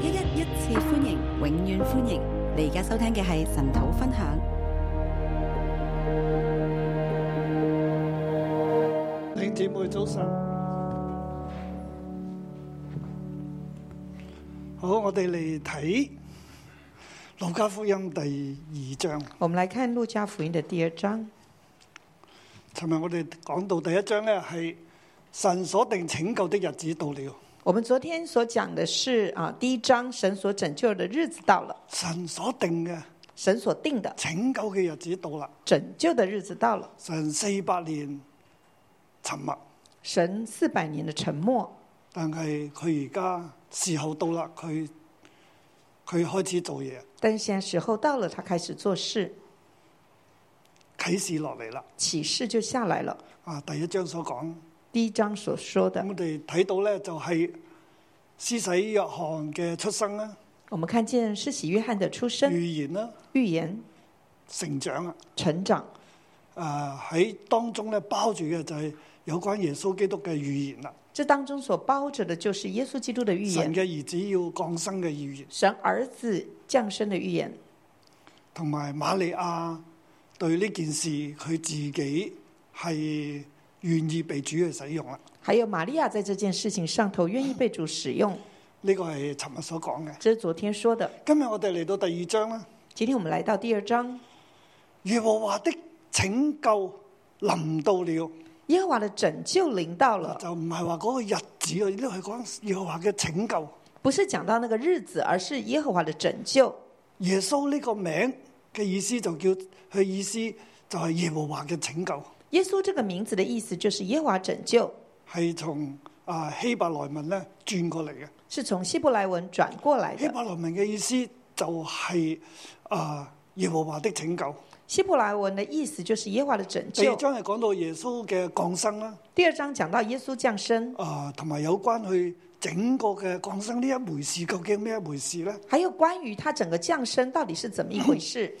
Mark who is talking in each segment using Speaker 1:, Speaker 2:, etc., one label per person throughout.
Speaker 1: 一一一次歡迎，永遠歡迎！你而家收聽嘅係神土分享。
Speaker 2: 弟兄姊妹早晨，好，我哋嚟睇《路加福音》第二章。
Speaker 3: 我们来看《路加福音》的第二章。
Speaker 2: 尋日我哋講到第一章呢，係神所定拯救的日子到了，
Speaker 3: 我们昨天所讲的是啊，第一章神所拯救的日子到了，
Speaker 2: 神所定嘅
Speaker 3: 神所定的
Speaker 2: 拯救嘅日子到啦。
Speaker 3: 拯救的日子到了。
Speaker 2: 神四百年沉默，
Speaker 3: 神四百年的沉默，
Speaker 2: 但係佢而家時候到啦，佢佢開始做嘢，
Speaker 3: 但是现在时候到了，他开始做事，
Speaker 2: 啟示落嚟啦。
Speaker 3: 启示就下来了。
Speaker 2: 啊，第一章所講。
Speaker 3: 第一章所说的
Speaker 2: 咁，我哋睇到咧，就係施洗約翰嘅出生啦、
Speaker 3: 我们看见施洗约翰的出生、
Speaker 2: 預言啦、
Speaker 3: 预言、
Speaker 2: 成長啊，
Speaker 3: 成长，
Speaker 2: 啊喺當中咧包住嘅就係有關耶穌基督嘅預言啦，
Speaker 3: 这当中所包着的就是耶稣基督的预
Speaker 2: 神
Speaker 3: 言，
Speaker 2: 嘅兒子要降生嘅預言，
Speaker 3: 神儿子降生的预言，
Speaker 2: 同埋瑪利亞對呢件事佢自己係願意被主去使用啦。
Speaker 3: 还有玛利亚在这件事情上头愿意被主使用。
Speaker 2: 呢、個係尋日所講嘅。
Speaker 3: 这是昨天说的。
Speaker 2: 今日我哋嚟到第二章啦，
Speaker 3: 今天我们来到第二章，
Speaker 2: 耶和華的拯救臨到了。
Speaker 3: 耶和华的拯救临到了，
Speaker 2: 就唔係話嗰個日子啊，呢度係講耶和華嘅拯救。
Speaker 3: 不是讲到那个日子，而是耶和华的拯救。
Speaker 2: 耶穌呢個名嘅意思就叫佢意思就係耶和華嘅拯救，
Speaker 3: 耶稣这个名字的意思就是耶和华拯救，
Speaker 2: 係從啊希伯來文咧轉過嚟嘅。
Speaker 3: 是从希伯来文转过来
Speaker 2: 希
Speaker 3: 的。
Speaker 2: 伯來文嘅意思就係、啊耶和華的拯救。
Speaker 3: 希伯来文的意思就是耶和华的拯
Speaker 2: 第二
Speaker 3: 救。
Speaker 2: 章係講到耶穌嘅降生啦，
Speaker 3: 第二章讲到耶稣降生，
Speaker 2: 啊同埋有關佢整個嘅降生呢一回事，究竟咩一回事咧？
Speaker 3: 还有关于他整个降生到底是怎么一回事。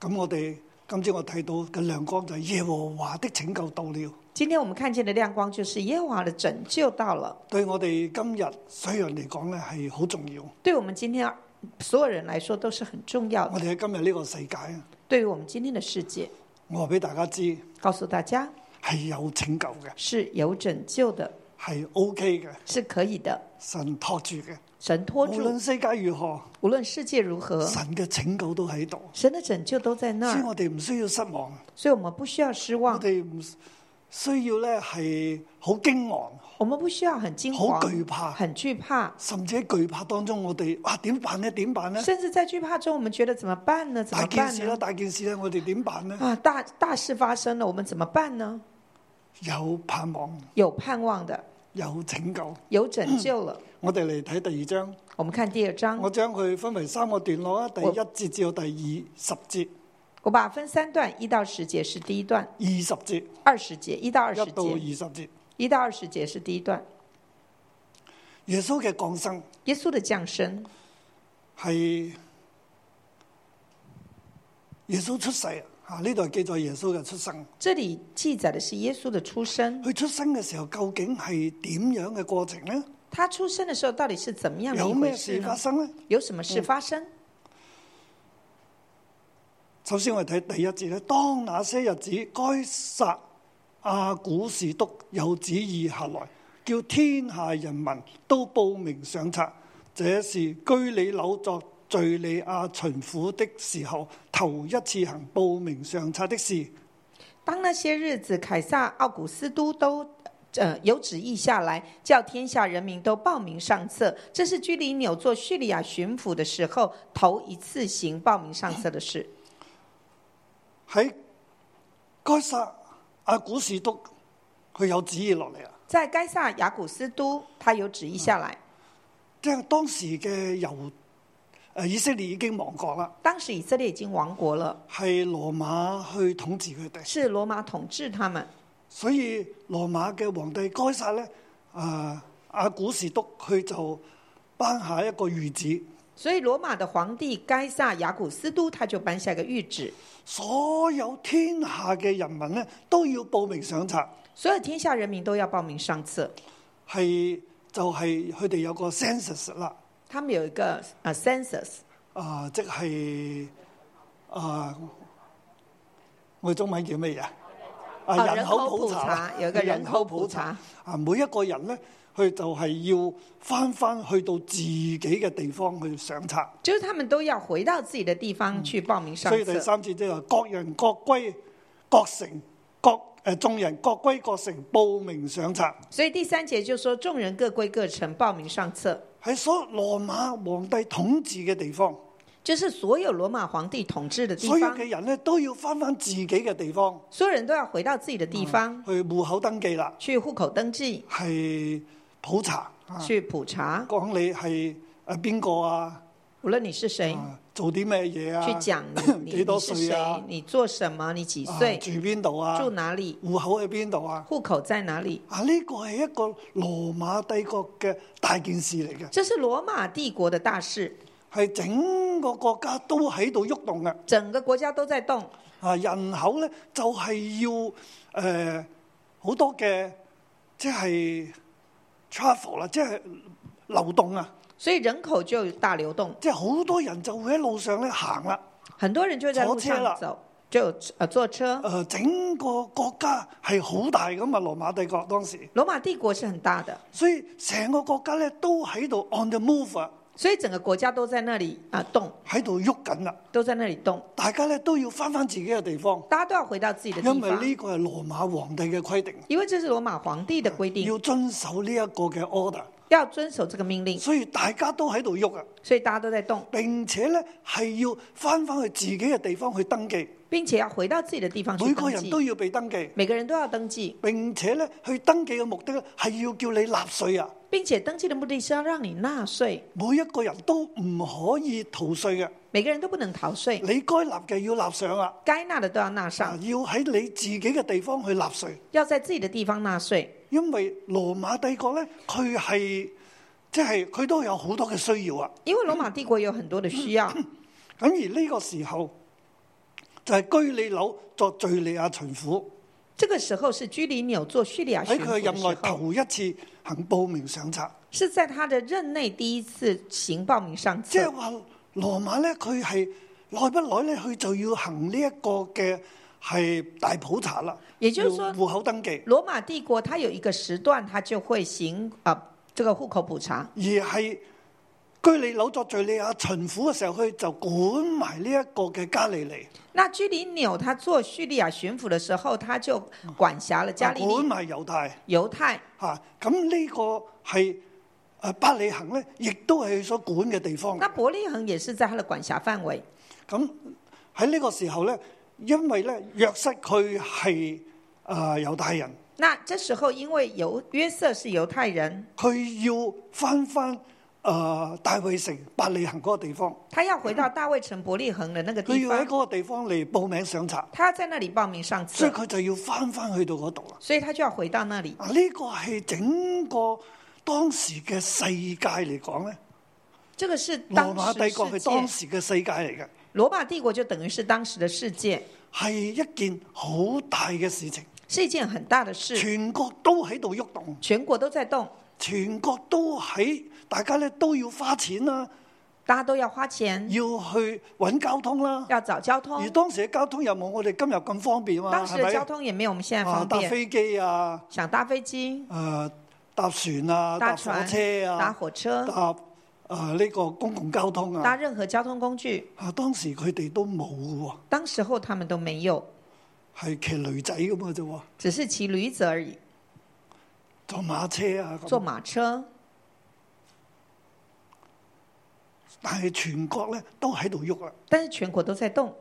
Speaker 2: 咁我哋今朝我睇到嘅亮光就係耶和華的拯救到了。
Speaker 3: 今天我们看见的亮光就是耶和华的拯救到了，
Speaker 2: 對我哋今日水人嚟講咧係好重要。
Speaker 3: 对我们今天所有人来说都是很重要
Speaker 2: 我
Speaker 3: 的。
Speaker 2: 哋喺今日呢個世界啊，
Speaker 3: 对于我们今天的世界，
Speaker 2: 我話俾大家知
Speaker 3: 告诉大家，
Speaker 2: 係有拯救嘅，
Speaker 3: 是有拯救的，
Speaker 2: 係 O K 嘅，
Speaker 3: 是可以的。
Speaker 2: 神托住嘅。
Speaker 3: 神托
Speaker 2: 無論
Speaker 3: 住，啊
Speaker 2: 世界如何，
Speaker 3: 无论世界如何，
Speaker 2: 神嘅拯救都喺度，
Speaker 3: 神的拯救都在那
Speaker 2: 所以
Speaker 3: 啊儿，
Speaker 2: 我哋唔需要失望，
Speaker 3: 所以我们不需要失
Speaker 2: 我
Speaker 3: 望，
Speaker 2: 哋唔需要咧係好驚惶、
Speaker 3: 我们不需要很惊
Speaker 2: 好
Speaker 3: 慌、
Speaker 2: 懼怕，
Speaker 3: 很惧怕，
Speaker 2: 甚至喺懼怕當中，我哋哇點辦呢？點辦呢？
Speaker 3: 甚至在惧怕中，我们觉得怎么办呢？怎
Speaker 2: 大
Speaker 3: 么
Speaker 2: 件
Speaker 3: 办
Speaker 2: 事啦，
Speaker 3: 呢？
Speaker 2: 大件事啦，我哋點辦呢？
Speaker 3: 啊，大大事发生了，我们怎么办呢？
Speaker 2: 有盼望，
Speaker 3: 有盼望的，
Speaker 2: 有拯救。
Speaker 3: 有拯救了。
Speaker 2: 我哋嚟睇第二章。
Speaker 3: 我们看第二章
Speaker 2: 嗯我，將佢分為三個段落啊，第一節至到第二十節、
Speaker 3: 我把分三段，一到十节是第一段，
Speaker 2: 二十節、
Speaker 3: 二十节一到二十
Speaker 2: 一到二
Speaker 3: 节，
Speaker 2: 十節。
Speaker 3: 一到二十节是第一段。
Speaker 2: 耶穌嘅降生
Speaker 3: 耶稣的降生，
Speaker 2: 係耶穌出世啊！啊呢度係記載耶穌嘅出生。
Speaker 3: 这里记载的是耶稣的出生。
Speaker 2: 佢出生嘅時候究竟係點樣嘅過程呢？
Speaker 3: 他出生的时候到底是怎么样的
Speaker 2: 有
Speaker 3: 一
Speaker 2: 咩
Speaker 3: 回事
Speaker 2: 事發
Speaker 3: 呢？
Speaker 2: 生嗯呢？
Speaker 3: 有什么事发生？
Speaker 2: 首先我哋睇第一節咧，當那些日子，該撒阿古士督有旨意下來，叫天下人民都報名上冊。這是居里紐作敘利亞巡撫的時候，頭一次行報名上冊的事。
Speaker 3: 当那些日子，凯撒、奥古斯都都。呃，有旨意下来，叫天下人民都报名上册。这是居里纽做叙利亚巡抚的时候，头一次行报名上册的事。
Speaker 2: 喺該撒阿古士督，佢有旨意落嚟啊啦。
Speaker 3: 在该撒雅古斯都，他有旨意下来。
Speaker 2: 即係當時嘅猶誒以色列已經亡國啦，
Speaker 3: 当时以色列已经亡国了，
Speaker 2: 係羅馬去統治佢哋。
Speaker 3: 是罗马统治他们，
Speaker 2: 所以羅馬嘅皇帝該撒咧，啊阿古士督佢就頒下一個御旨，
Speaker 3: 所以罗马的皇帝该撒雅古斯都他就颁下一个谕旨，
Speaker 2: 所有天下嘅人民咧都要報名上冊，
Speaker 3: 所有天下人民都要报名上册。
Speaker 2: 係就係佢哋有個 census 啦，
Speaker 3: 他们有一个呃 census，
Speaker 2: 啊，即係啊，我哋中文叫咩嘢啊？
Speaker 3: 哦
Speaker 2: 啊，人口普查，
Speaker 3: 有一個人口普查
Speaker 2: 人口普查啊，每一個人咧，佢就係要翻翻去到自己嘅地方去上冊，
Speaker 3: 就是他们都要回到自己的地方去报名
Speaker 2: 嗯
Speaker 3: 上
Speaker 2: 所以第
Speaker 3: 册。
Speaker 2: 三次即係話各人各歸各城各誒、呃眾人各歸各城報名上冊。
Speaker 3: 所以第三节就说众人各归各城报名上册，
Speaker 2: 喺所羅馬皇帝統治嘅地方，
Speaker 3: 就是所有罗马皇帝统治的地
Speaker 2: 所有
Speaker 3: 方，
Speaker 2: 嘅人咧都要翻翻自己嘅地方
Speaker 3: 所有人都要回到自己的地方
Speaker 2: 去户口登記啦。
Speaker 3: 去户口登记、
Speaker 2: 係普查，啊
Speaker 3: 去普查，
Speaker 2: 講你係誒邊個啊，
Speaker 3: 无论你是谁，
Speaker 2: 啊做啲咩嘢啊，
Speaker 3: 去讲 你你
Speaker 2: 幾多
Speaker 3: 你是
Speaker 2: 歲
Speaker 3: 谁
Speaker 2: 啊，，
Speaker 3: 你做什么，你几
Speaker 2: 啊
Speaker 3: 岁，
Speaker 2: 住邊度啊，
Speaker 3: 住哪里，
Speaker 2: 户口喺邊度啊？
Speaker 3: 户口在哪里。
Speaker 2: 啊，呢個係一個羅馬帝國嘅大件事嚟嘅，
Speaker 3: 这是罗马帝國的大事，
Speaker 2: 係整個國家都喺度喐動嘅。
Speaker 3: 整个国家都在动，
Speaker 2: 啊，人口咧就係要誒好、多嘅，即係 travel 啦，即係流動啊，
Speaker 3: 所以人口就有大流动，
Speaker 2: 即係好多人就會喺路上咧行啦。
Speaker 3: 很多人就在路
Speaker 2: 坐車啦
Speaker 3: 上走，就呃坐车
Speaker 2: 誒、。整個國家係好大噶嘛，羅馬帝國當時，
Speaker 3: 罗马帝國是很大的，
Speaker 2: 所以成個國家咧都喺度 on the move 啊，
Speaker 3: 所以整个国家都在那里啊、动，
Speaker 2: 喺度喐緊啦。
Speaker 3: 都在那里动，
Speaker 2: 大家咧都要翻翻自己嘅地方，
Speaker 3: 大家都要回到自己的
Speaker 2: 因
Speaker 3: 地
Speaker 2: 為
Speaker 3: 方，
Speaker 2: 呢個係羅馬皇帝嘅規定，
Speaker 3: 因为这是罗马皇帝的规定，
Speaker 2: 要遵守呢一個嘅 order，
Speaker 3: 要遵守这个命令，
Speaker 2: 所以大家都喺度喐啊。
Speaker 3: 所以大家都在动，
Speaker 2: 並且咧係要翻翻去自己嘅地方去登記，
Speaker 3: 并且要回到自己的地方啊去
Speaker 2: 每個
Speaker 3: 登
Speaker 2: 人
Speaker 3: 记
Speaker 2: 都，要被登記。
Speaker 3: 每个人都要登记，
Speaker 2: 並且咧去登記嘅目的咧係要叫你納税啊，
Speaker 3: 并且登记的目的是要让你纳税，
Speaker 2: 每一個人都唔可以逃税嘅。
Speaker 3: 每个人都不能逃税，
Speaker 2: 你該納嘅要納上啦，
Speaker 3: 该纳的都要纳上
Speaker 2: 啊，要喺你自己嘅地方去納税，
Speaker 3: 要在自己的地方纳税。
Speaker 2: 因為羅馬帝國咧，佢係即係佢都有好多嘅需要啊。
Speaker 3: 因为罗马帝国有很多的需 要，
Speaker 2: 咁而呢個時候就係、居里紐作敍利亞巡撫
Speaker 3: 这个时候是居里纽做叙利亚
Speaker 2: 喺
Speaker 3: 巡
Speaker 2: 佢
Speaker 3: 抚
Speaker 2: 嘅任
Speaker 3: 的
Speaker 2: 內
Speaker 3: 时候，
Speaker 2: 頭一次行報名上冊，
Speaker 3: 是在他的任内第一次行报名上
Speaker 2: 即係
Speaker 3: 册，
Speaker 2: 話羅馬咧，佢係耐不耐咧，佢就要行呢一個嘅係大普查啦，
Speaker 3: 也就是
Speaker 2: 要
Speaker 3: 说
Speaker 2: 户口登記，
Speaker 3: 罗马帝国它有一个时段，它就会行啊、呃这个户口普查。
Speaker 2: 而係居里紐作敍利亞巡撫嘅時候，佢就管埋呢一個嘅加利利，
Speaker 3: 那居里纽他做叙利亚巡抚的时候，他就管辖了加利
Speaker 2: 啊管
Speaker 3: 利、
Speaker 2: 埋猶太
Speaker 3: 犹太，
Speaker 2: 嚇。咁、呢個係誒巴里行咧，亦都係佢所管嘅地方。
Speaker 3: 那伯利恒也是在他的管辖范围。
Speaker 2: 咁喺呢個時候咧，因為咧約瑟佢係誒猶太人，
Speaker 3: 那这时候，因为犹约瑟是犹太人，
Speaker 2: 佢要翻翻誒大衛城伯利行嗰個地方，
Speaker 3: 他要回到大卫城伯利恒的那个
Speaker 2: 佢
Speaker 3: 地
Speaker 2: 要喺
Speaker 3: 方，
Speaker 2: 嗰個地方嚟報名上冊，
Speaker 3: 他要在那里报名上
Speaker 2: 所以
Speaker 3: 册。
Speaker 2: 佢就要翻翻去到嗰度啦。
Speaker 3: 所以他就要回到那里。
Speaker 2: 啊，呢個係整個當時嘅世界嚟講咧，
Speaker 3: 这个是
Speaker 2: 羅
Speaker 3: 当
Speaker 2: 馬
Speaker 3: 时
Speaker 2: 帝國
Speaker 3: 世
Speaker 2: 係當
Speaker 3: 界，
Speaker 2: 時嘅世界嚟嘅，
Speaker 3: 罗马帝国就等于是当时的世界，
Speaker 2: 係一件好大嘅事情，
Speaker 3: 是一件很大的事，
Speaker 2: 全國都喺度喐動。
Speaker 3: 全国都在动，
Speaker 2: 全國都喺，大家咧都要花錢啦，
Speaker 3: 大家都要花钱，
Speaker 2: 要去揾交通啦。
Speaker 3: 要找交
Speaker 2: 而
Speaker 3: 通。
Speaker 2: 當時嘅交通又冇我哋今日咁方便啊嘛，
Speaker 3: 当时
Speaker 2: 係
Speaker 3: 的交
Speaker 2: 咪？
Speaker 3: 通也没有我们现在
Speaker 2: 啊，
Speaker 3: 方
Speaker 2: 搭
Speaker 3: 便，
Speaker 2: 飛機啊，
Speaker 3: 想搭飞机、
Speaker 2: 誒、搭船啊，搭
Speaker 3: 搭
Speaker 2: 火
Speaker 3: 船、
Speaker 2: 車
Speaker 3: 搭
Speaker 2: 啊，
Speaker 3: 火车、
Speaker 2: 搭誒呢個公共交通
Speaker 3: 搭
Speaker 2: 啊。
Speaker 3: 任何交通工具，
Speaker 2: 啊，當時佢哋都冇嘅
Speaker 3: 当时候他们都没有，
Speaker 2: 喎，係騎驢仔咁嘅啫喎，
Speaker 3: 只是骑驴子而已，
Speaker 2: 坐馬車啊
Speaker 3: 坐
Speaker 2: 咁。
Speaker 3: 马车。
Speaker 2: 但係全國咧都喺度喐啊，
Speaker 3: 但是全国都在动，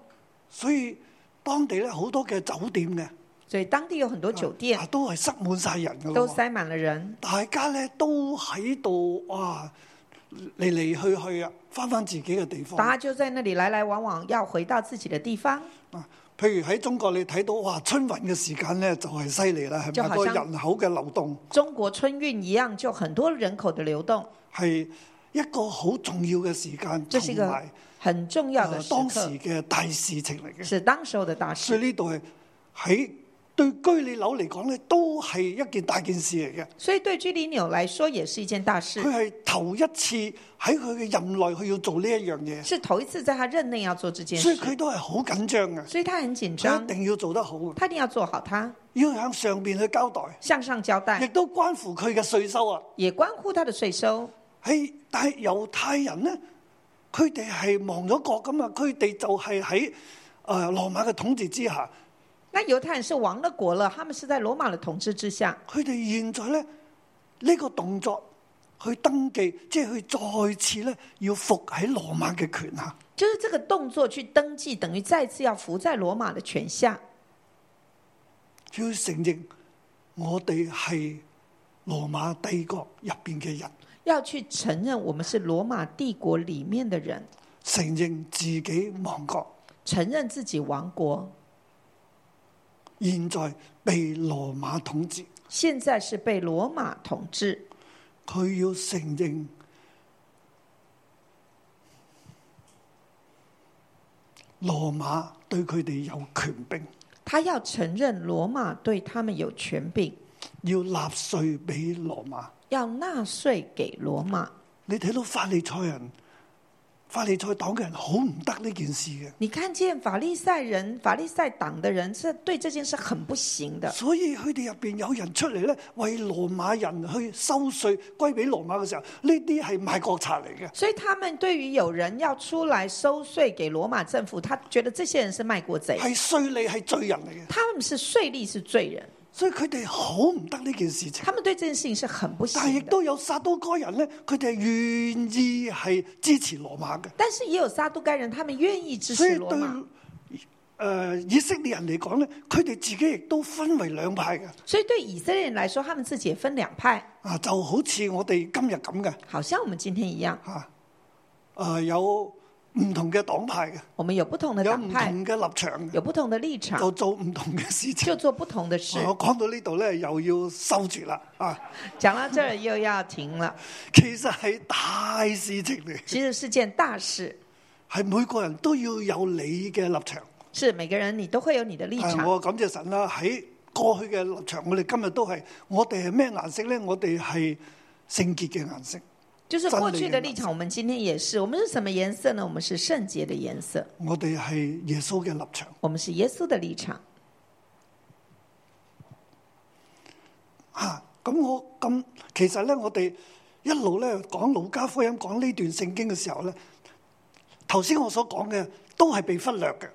Speaker 2: 所以當地咧好多嘅酒店嘅
Speaker 3: 所以当地有很多酒店
Speaker 2: 啊都係塞滿晒人嘅
Speaker 3: 都
Speaker 2: 咯喎。
Speaker 3: 塞满了人，
Speaker 2: 大家咧都喺度哇嚟嚟去去啊，翻翻自己嘅地方
Speaker 3: 大。家就在那里来来往往，要回到自己的地方。
Speaker 2: 啊，譬如喺中國，你睇到哇春運嘅時間咧就係犀利啦，係
Speaker 3: 就
Speaker 2: 咪？
Speaker 3: 好
Speaker 2: 個
Speaker 3: 像
Speaker 2: 人口嘅流動
Speaker 3: 中国春运一样，就很多人口的流動，
Speaker 2: 係一個好重要嘅時間，
Speaker 3: 這是一
Speaker 2: 同
Speaker 3: 個
Speaker 2: 埋
Speaker 3: 很重要的
Speaker 2: 呃
Speaker 3: 时
Speaker 2: 當時
Speaker 3: 刻，
Speaker 2: 嘅大事情嚟嘅。
Speaker 3: 是当时候的大
Speaker 2: 所以
Speaker 3: 事。
Speaker 2: 呢度係喺對居里樓嚟講咧，都係一件大件事嚟嘅。
Speaker 3: 所以对居里纽来说也是一件大事
Speaker 2: 佢，係頭一次喺佢嘅任內，佢要做呢一樣嘢，
Speaker 3: 是头一次在他任内要做这件
Speaker 2: 所
Speaker 3: 事
Speaker 2: 以，佢都係好緊張嘅。
Speaker 3: 所以他很紧
Speaker 2: 佢一
Speaker 3: 张，
Speaker 2: 定要做得好，
Speaker 3: 他一定要做好他，
Speaker 2: 要向上邊去交代，
Speaker 3: 向上交
Speaker 2: 亦
Speaker 3: 代，
Speaker 2: 都關乎佢嘅税收啊。
Speaker 3: 也关乎他的税收。
Speaker 2: 喺但係猶太人咧，佢哋係亡咗國噶嘛，佢哋就係喺誒羅馬嘅統治之下，
Speaker 3: 那犹太人是亡了国了，他们是在罗马的统治之下，
Speaker 2: 佢哋現在咧呢、個動作去登記，即係去再次咧要服喺羅馬嘅權下。
Speaker 3: 就是这个动作去登记，等于再次要服在罗马的权下，
Speaker 2: 要承認我哋係羅馬帝國入邊嘅人，
Speaker 3: 要去承认我们是罗马帝国里面的人，
Speaker 2: 承認自己亡國，
Speaker 3: 承认自己亡国，
Speaker 2: 現在被羅馬統治，
Speaker 3: 现在是被罗马统治，
Speaker 2: 佢要承認羅馬對佢哋有權柄，
Speaker 3: 他要承认罗马对他们有权柄，
Speaker 2: 要納税俾羅馬。
Speaker 3: 要纳税给罗马。
Speaker 2: 你睇到法利賽人、法利賽黨嘅人好唔得呢件事嘅，
Speaker 3: 你看见法利赛人、法利赛党的人是对这件事很不行的，
Speaker 2: 所以佢哋入邊有人出嚟咧，為羅馬人去收税歸俾羅馬嘅時候，呢啲係賣國賊嚟嘅。
Speaker 3: 所以他们对于有人要出来收税给罗马政府，他觉得这些人是卖国贼，
Speaker 2: 係税吏係罪人嚟嘅，
Speaker 3: 他们是税吏是罪人，
Speaker 2: 所以佢哋好唔得呢件事情。
Speaker 3: 他们对这件事情是很不
Speaker 2: 但係亦
Speaker 3: 行的。
Speaker 2: 都有撒都該人咧，佢哋係願意係支持羅馬嘅，
Speaker 3: 但是也有撒都该人，他们愿意支
Speaker 2: 所以
Speaker 3: 持罗
Speaker 2: 對
Speaker 3: 马
Speaker 2: 誒、，呃以色列人嚟講咧，佢哋自己亦都分為兩派嘅，
Speaker 3: 所以对以色列人来说，他们自己也分两派，
Speaker 2: 啊就好似我哋今日咁嘅。
Speaker 3: 好像我们今天一样，
Speaker 2: 吓，誒有唔同嘅黨派嘅，
Speaker 3: 我们有不同的
Speaker 2: 有
Speaker 3: 党
Speaker 2: 唔
Speaker 3: 派，
Speaker 2: 同嘅立場嘅，
Speaker 3: 有不同的立场
Speaker 2: 就，做唔同嘅事情。啊
Speaker 3: 就做不同的事。
Speaker 2: 我講到呢度咧，又要收住啦啊！
Speaker 3: 讲到这儿又要停了，
Speaker 2: 其實係大事情嚟，
Speaker 3: 其实是件大事。
Speaker 2: 係每個人都要有你嘅立場。
Speaker 3: 是每个人你都会有你的立
Speaker 2: 啊
Speaker 3: 场。
Speaker 2: 我感謝神啦，喺過去嘅立場，我哋今日都係，我哋係咩顏色咧？我哋係聖潔嘅顏色，
Speaker 3: 就是
Speaker 2: 真理
Speaker 3: 过去的
Speaker 2: 原
Speaker 3: 立
Speaker 2: 则
Speaker 3: 场，我们今天也是。我们是什么颜色呢？我们是圣洁的颜色，
Speaker 2: 我哋係耶穌嘅立場。
Speaker 3: 我们是耶稣的立场。
Speaker 2: 吓，啊咁我咁其實咧，我哋一路咧講路加福音講呢段聖經嘅時候咧，頭先我所講嘅都係被忽略嘅。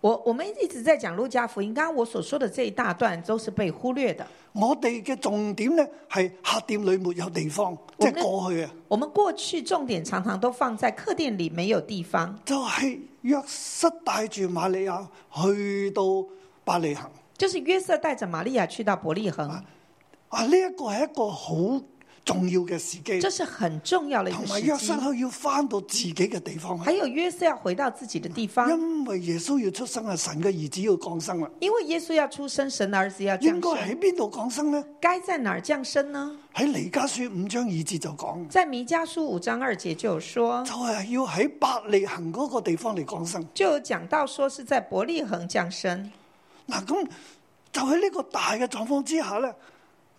Speaker 3: 我我们一直在讲路加福音，刚刚我所说的这一大段都是被忽略的。
Speaker 2: 我哋嘅重點咧係客店裏沒有地方，即
Speaker 3: 我們
Speaker 2: 係過去啊，
Speaker 3: 我们过去重点常常都放在客店里没有地方，
Speaker 2: 就係、約瑟帶住瑪利亞去到伯利恒
Speaker 3: 就是约瑟带着玛利亚去到伯利恒，
Speaker 2: 啊！呢、一個係一個好重要嘅時機
Speaker 3: 这，是很重要的一
Speaker 2: 同
Speaker 3: 个
Speaker 2: 埋
Speaker 3: 时
Speaker 2: 約
Speaker 3: 机
Speaker 2: 瑟。佢要翻到自己嘅地方
Speaker 3: 还
Speaker 2: 去，
Speaker 3: 有约瑟要回到自己的地方，
Speaker 2: 因為耶穌要出生啊，神嘅兒子要降生啦。
Speaker 3: 因为耶稣要出生，神的儿子要
Speaker 2: 應
Speaker 3: 降
Speaker 2: 該
Speaker 3: 生，
Speaker 2: 喺邊度降生咧？
Speaker 3: 该在哪儿降生呢？
Speaker 2: 喺彌迦書五章二節就講，
Speaker 3: 在弥迦书五章二节就有说
Speaker 2: 就，係要喺伯利恒嗰個地方嚟降生。
Speaker 3: 就有讲到说是在伯利恒降生，
Speaker 2: 嗱，咁就喺呢個大嘅狀況之下咧，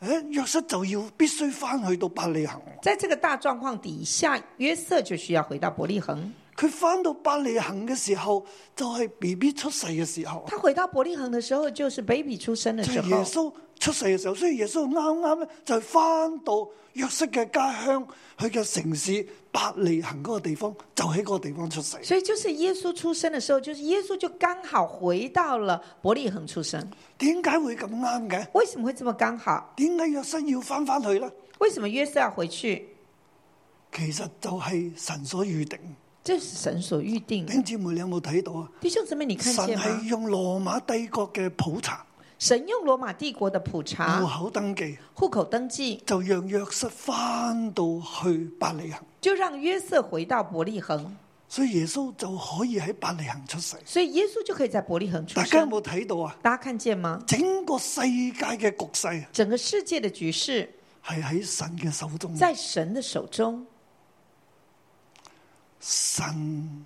Speaker 2: 誒約瑟就要必須翻去到伯利恒。
Speaker 3: 在这个大状况底下，约瑟就需要回到伯利恒。
Speaker 2: 佢翻到伯利恒嘅時候，就係 B B 出世嘅時候，
Speaker 3: 他回到伯利恒的时候，就是 baby 出生的
Speaker 2: 就
Speaker 3: 时
Speaker 2: 係耶
Speaker 3: 候，
Speaker 2: 穌出世嘅時候。所以耶穌啱啱咧就係翻到約瑟嘅家鄉，佢嘅城市伯利恒嗰個地方，就喺嗰個地方出世。
Speaker 3: 所以就是耶稣出生的时候，就是耶稣就刚好回到了伯利恒出生。
Speaker 2: 點解會咁啱嘅？
Speaker 3: 为什么会这么刚好？
Speaker 2: 點解約瑟要翻翻去咧？
Speaker 3: 为什么约瑟要回去？
Speaker 2: 其實就係神所預定。
Speaker 3: 这是神所预定
Speaker 2: 弟
Speaker 3: 的。
Speaker 2: 兄姊妹，你有冇睇到啊？
Speaker 3: 弟兄姊妹，你看
Speaker 2: 神啊
Speaker 3: 见
Speaker 2: 係
Speaker 3: 吗？
Speaker 2: 用羅馬帝國嘅普查
Speaker 3: 神用罗马帝国的普
Speaker 2: 户
Speaker 3: 查、
Speaker 2: 口登記，
Speaker 3: 户口登记，
Speaker 2: 就讓約瑟翻到去伯利恒，
Speaker 3: 就让约瑟回到伯利恒。
Speaker 2: 所以耶穌就可以喺伯利恒出世。
Speaker 3: 所以耶稣就可以在伯利恒出
Speaker 2: 大家有
Speaker 3: 生。
Speaker 2: 冇睇到啊？
Speaker 3: 大家看见吗？
Speaker 2: 整個世界嘅局勢
Speaker 3: 整个世界的局势
Speaker 2: 係喺神嘅手中，
Speaker 3: 在神的手中，
Speaker 2: 神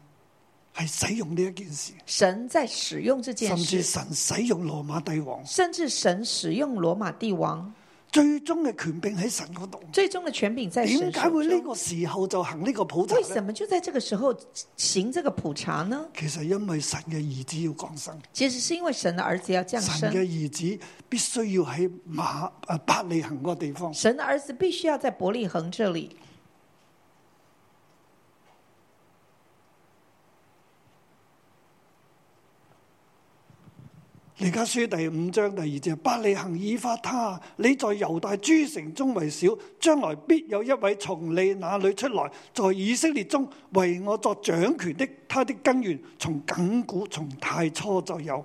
Speaker 2: 係使用呢一件事，
Speaker 3: 神在使用这件
Speaker 2: 甚至
Speaker 3: 事，
Speaker 2: 神使用羅馬帝王，
Speaker 3: 甚至神使用罗马帝王，
Speaker 2: 最終嘅權柄喺神嗰度。
Speaker 3: 最终的权柄在神
Speaker 2: 點解
Speaker 3: 手
Speaker 2: 會呢
Speaker 3: 中。
Speaker 2: 個時候就行呢個普查
Speaker 3: 为什
Speaker 2: 呢？
Speaker 3: 么就在这个时候行这个普查呢？
Speaker 2: 其實因為神嘅兒子要降生，
Speaker 3: 其实是因为神的儿子要降
Speaker 2: 神嘅
Speaker 3: 生，
Speaker 2: 兒子必須要喺馬啊伯利恒嗰個地方。
Speaker 3: 神的儿子必须要在伯利恒这里。
Speaker 2: 而家書第五章第二節，伯利恒以法他，你在猶大諸城中為小，將來必有一位從你那裏出來，在以色列中為我作掌權的，他的根源從亘古從太初就有。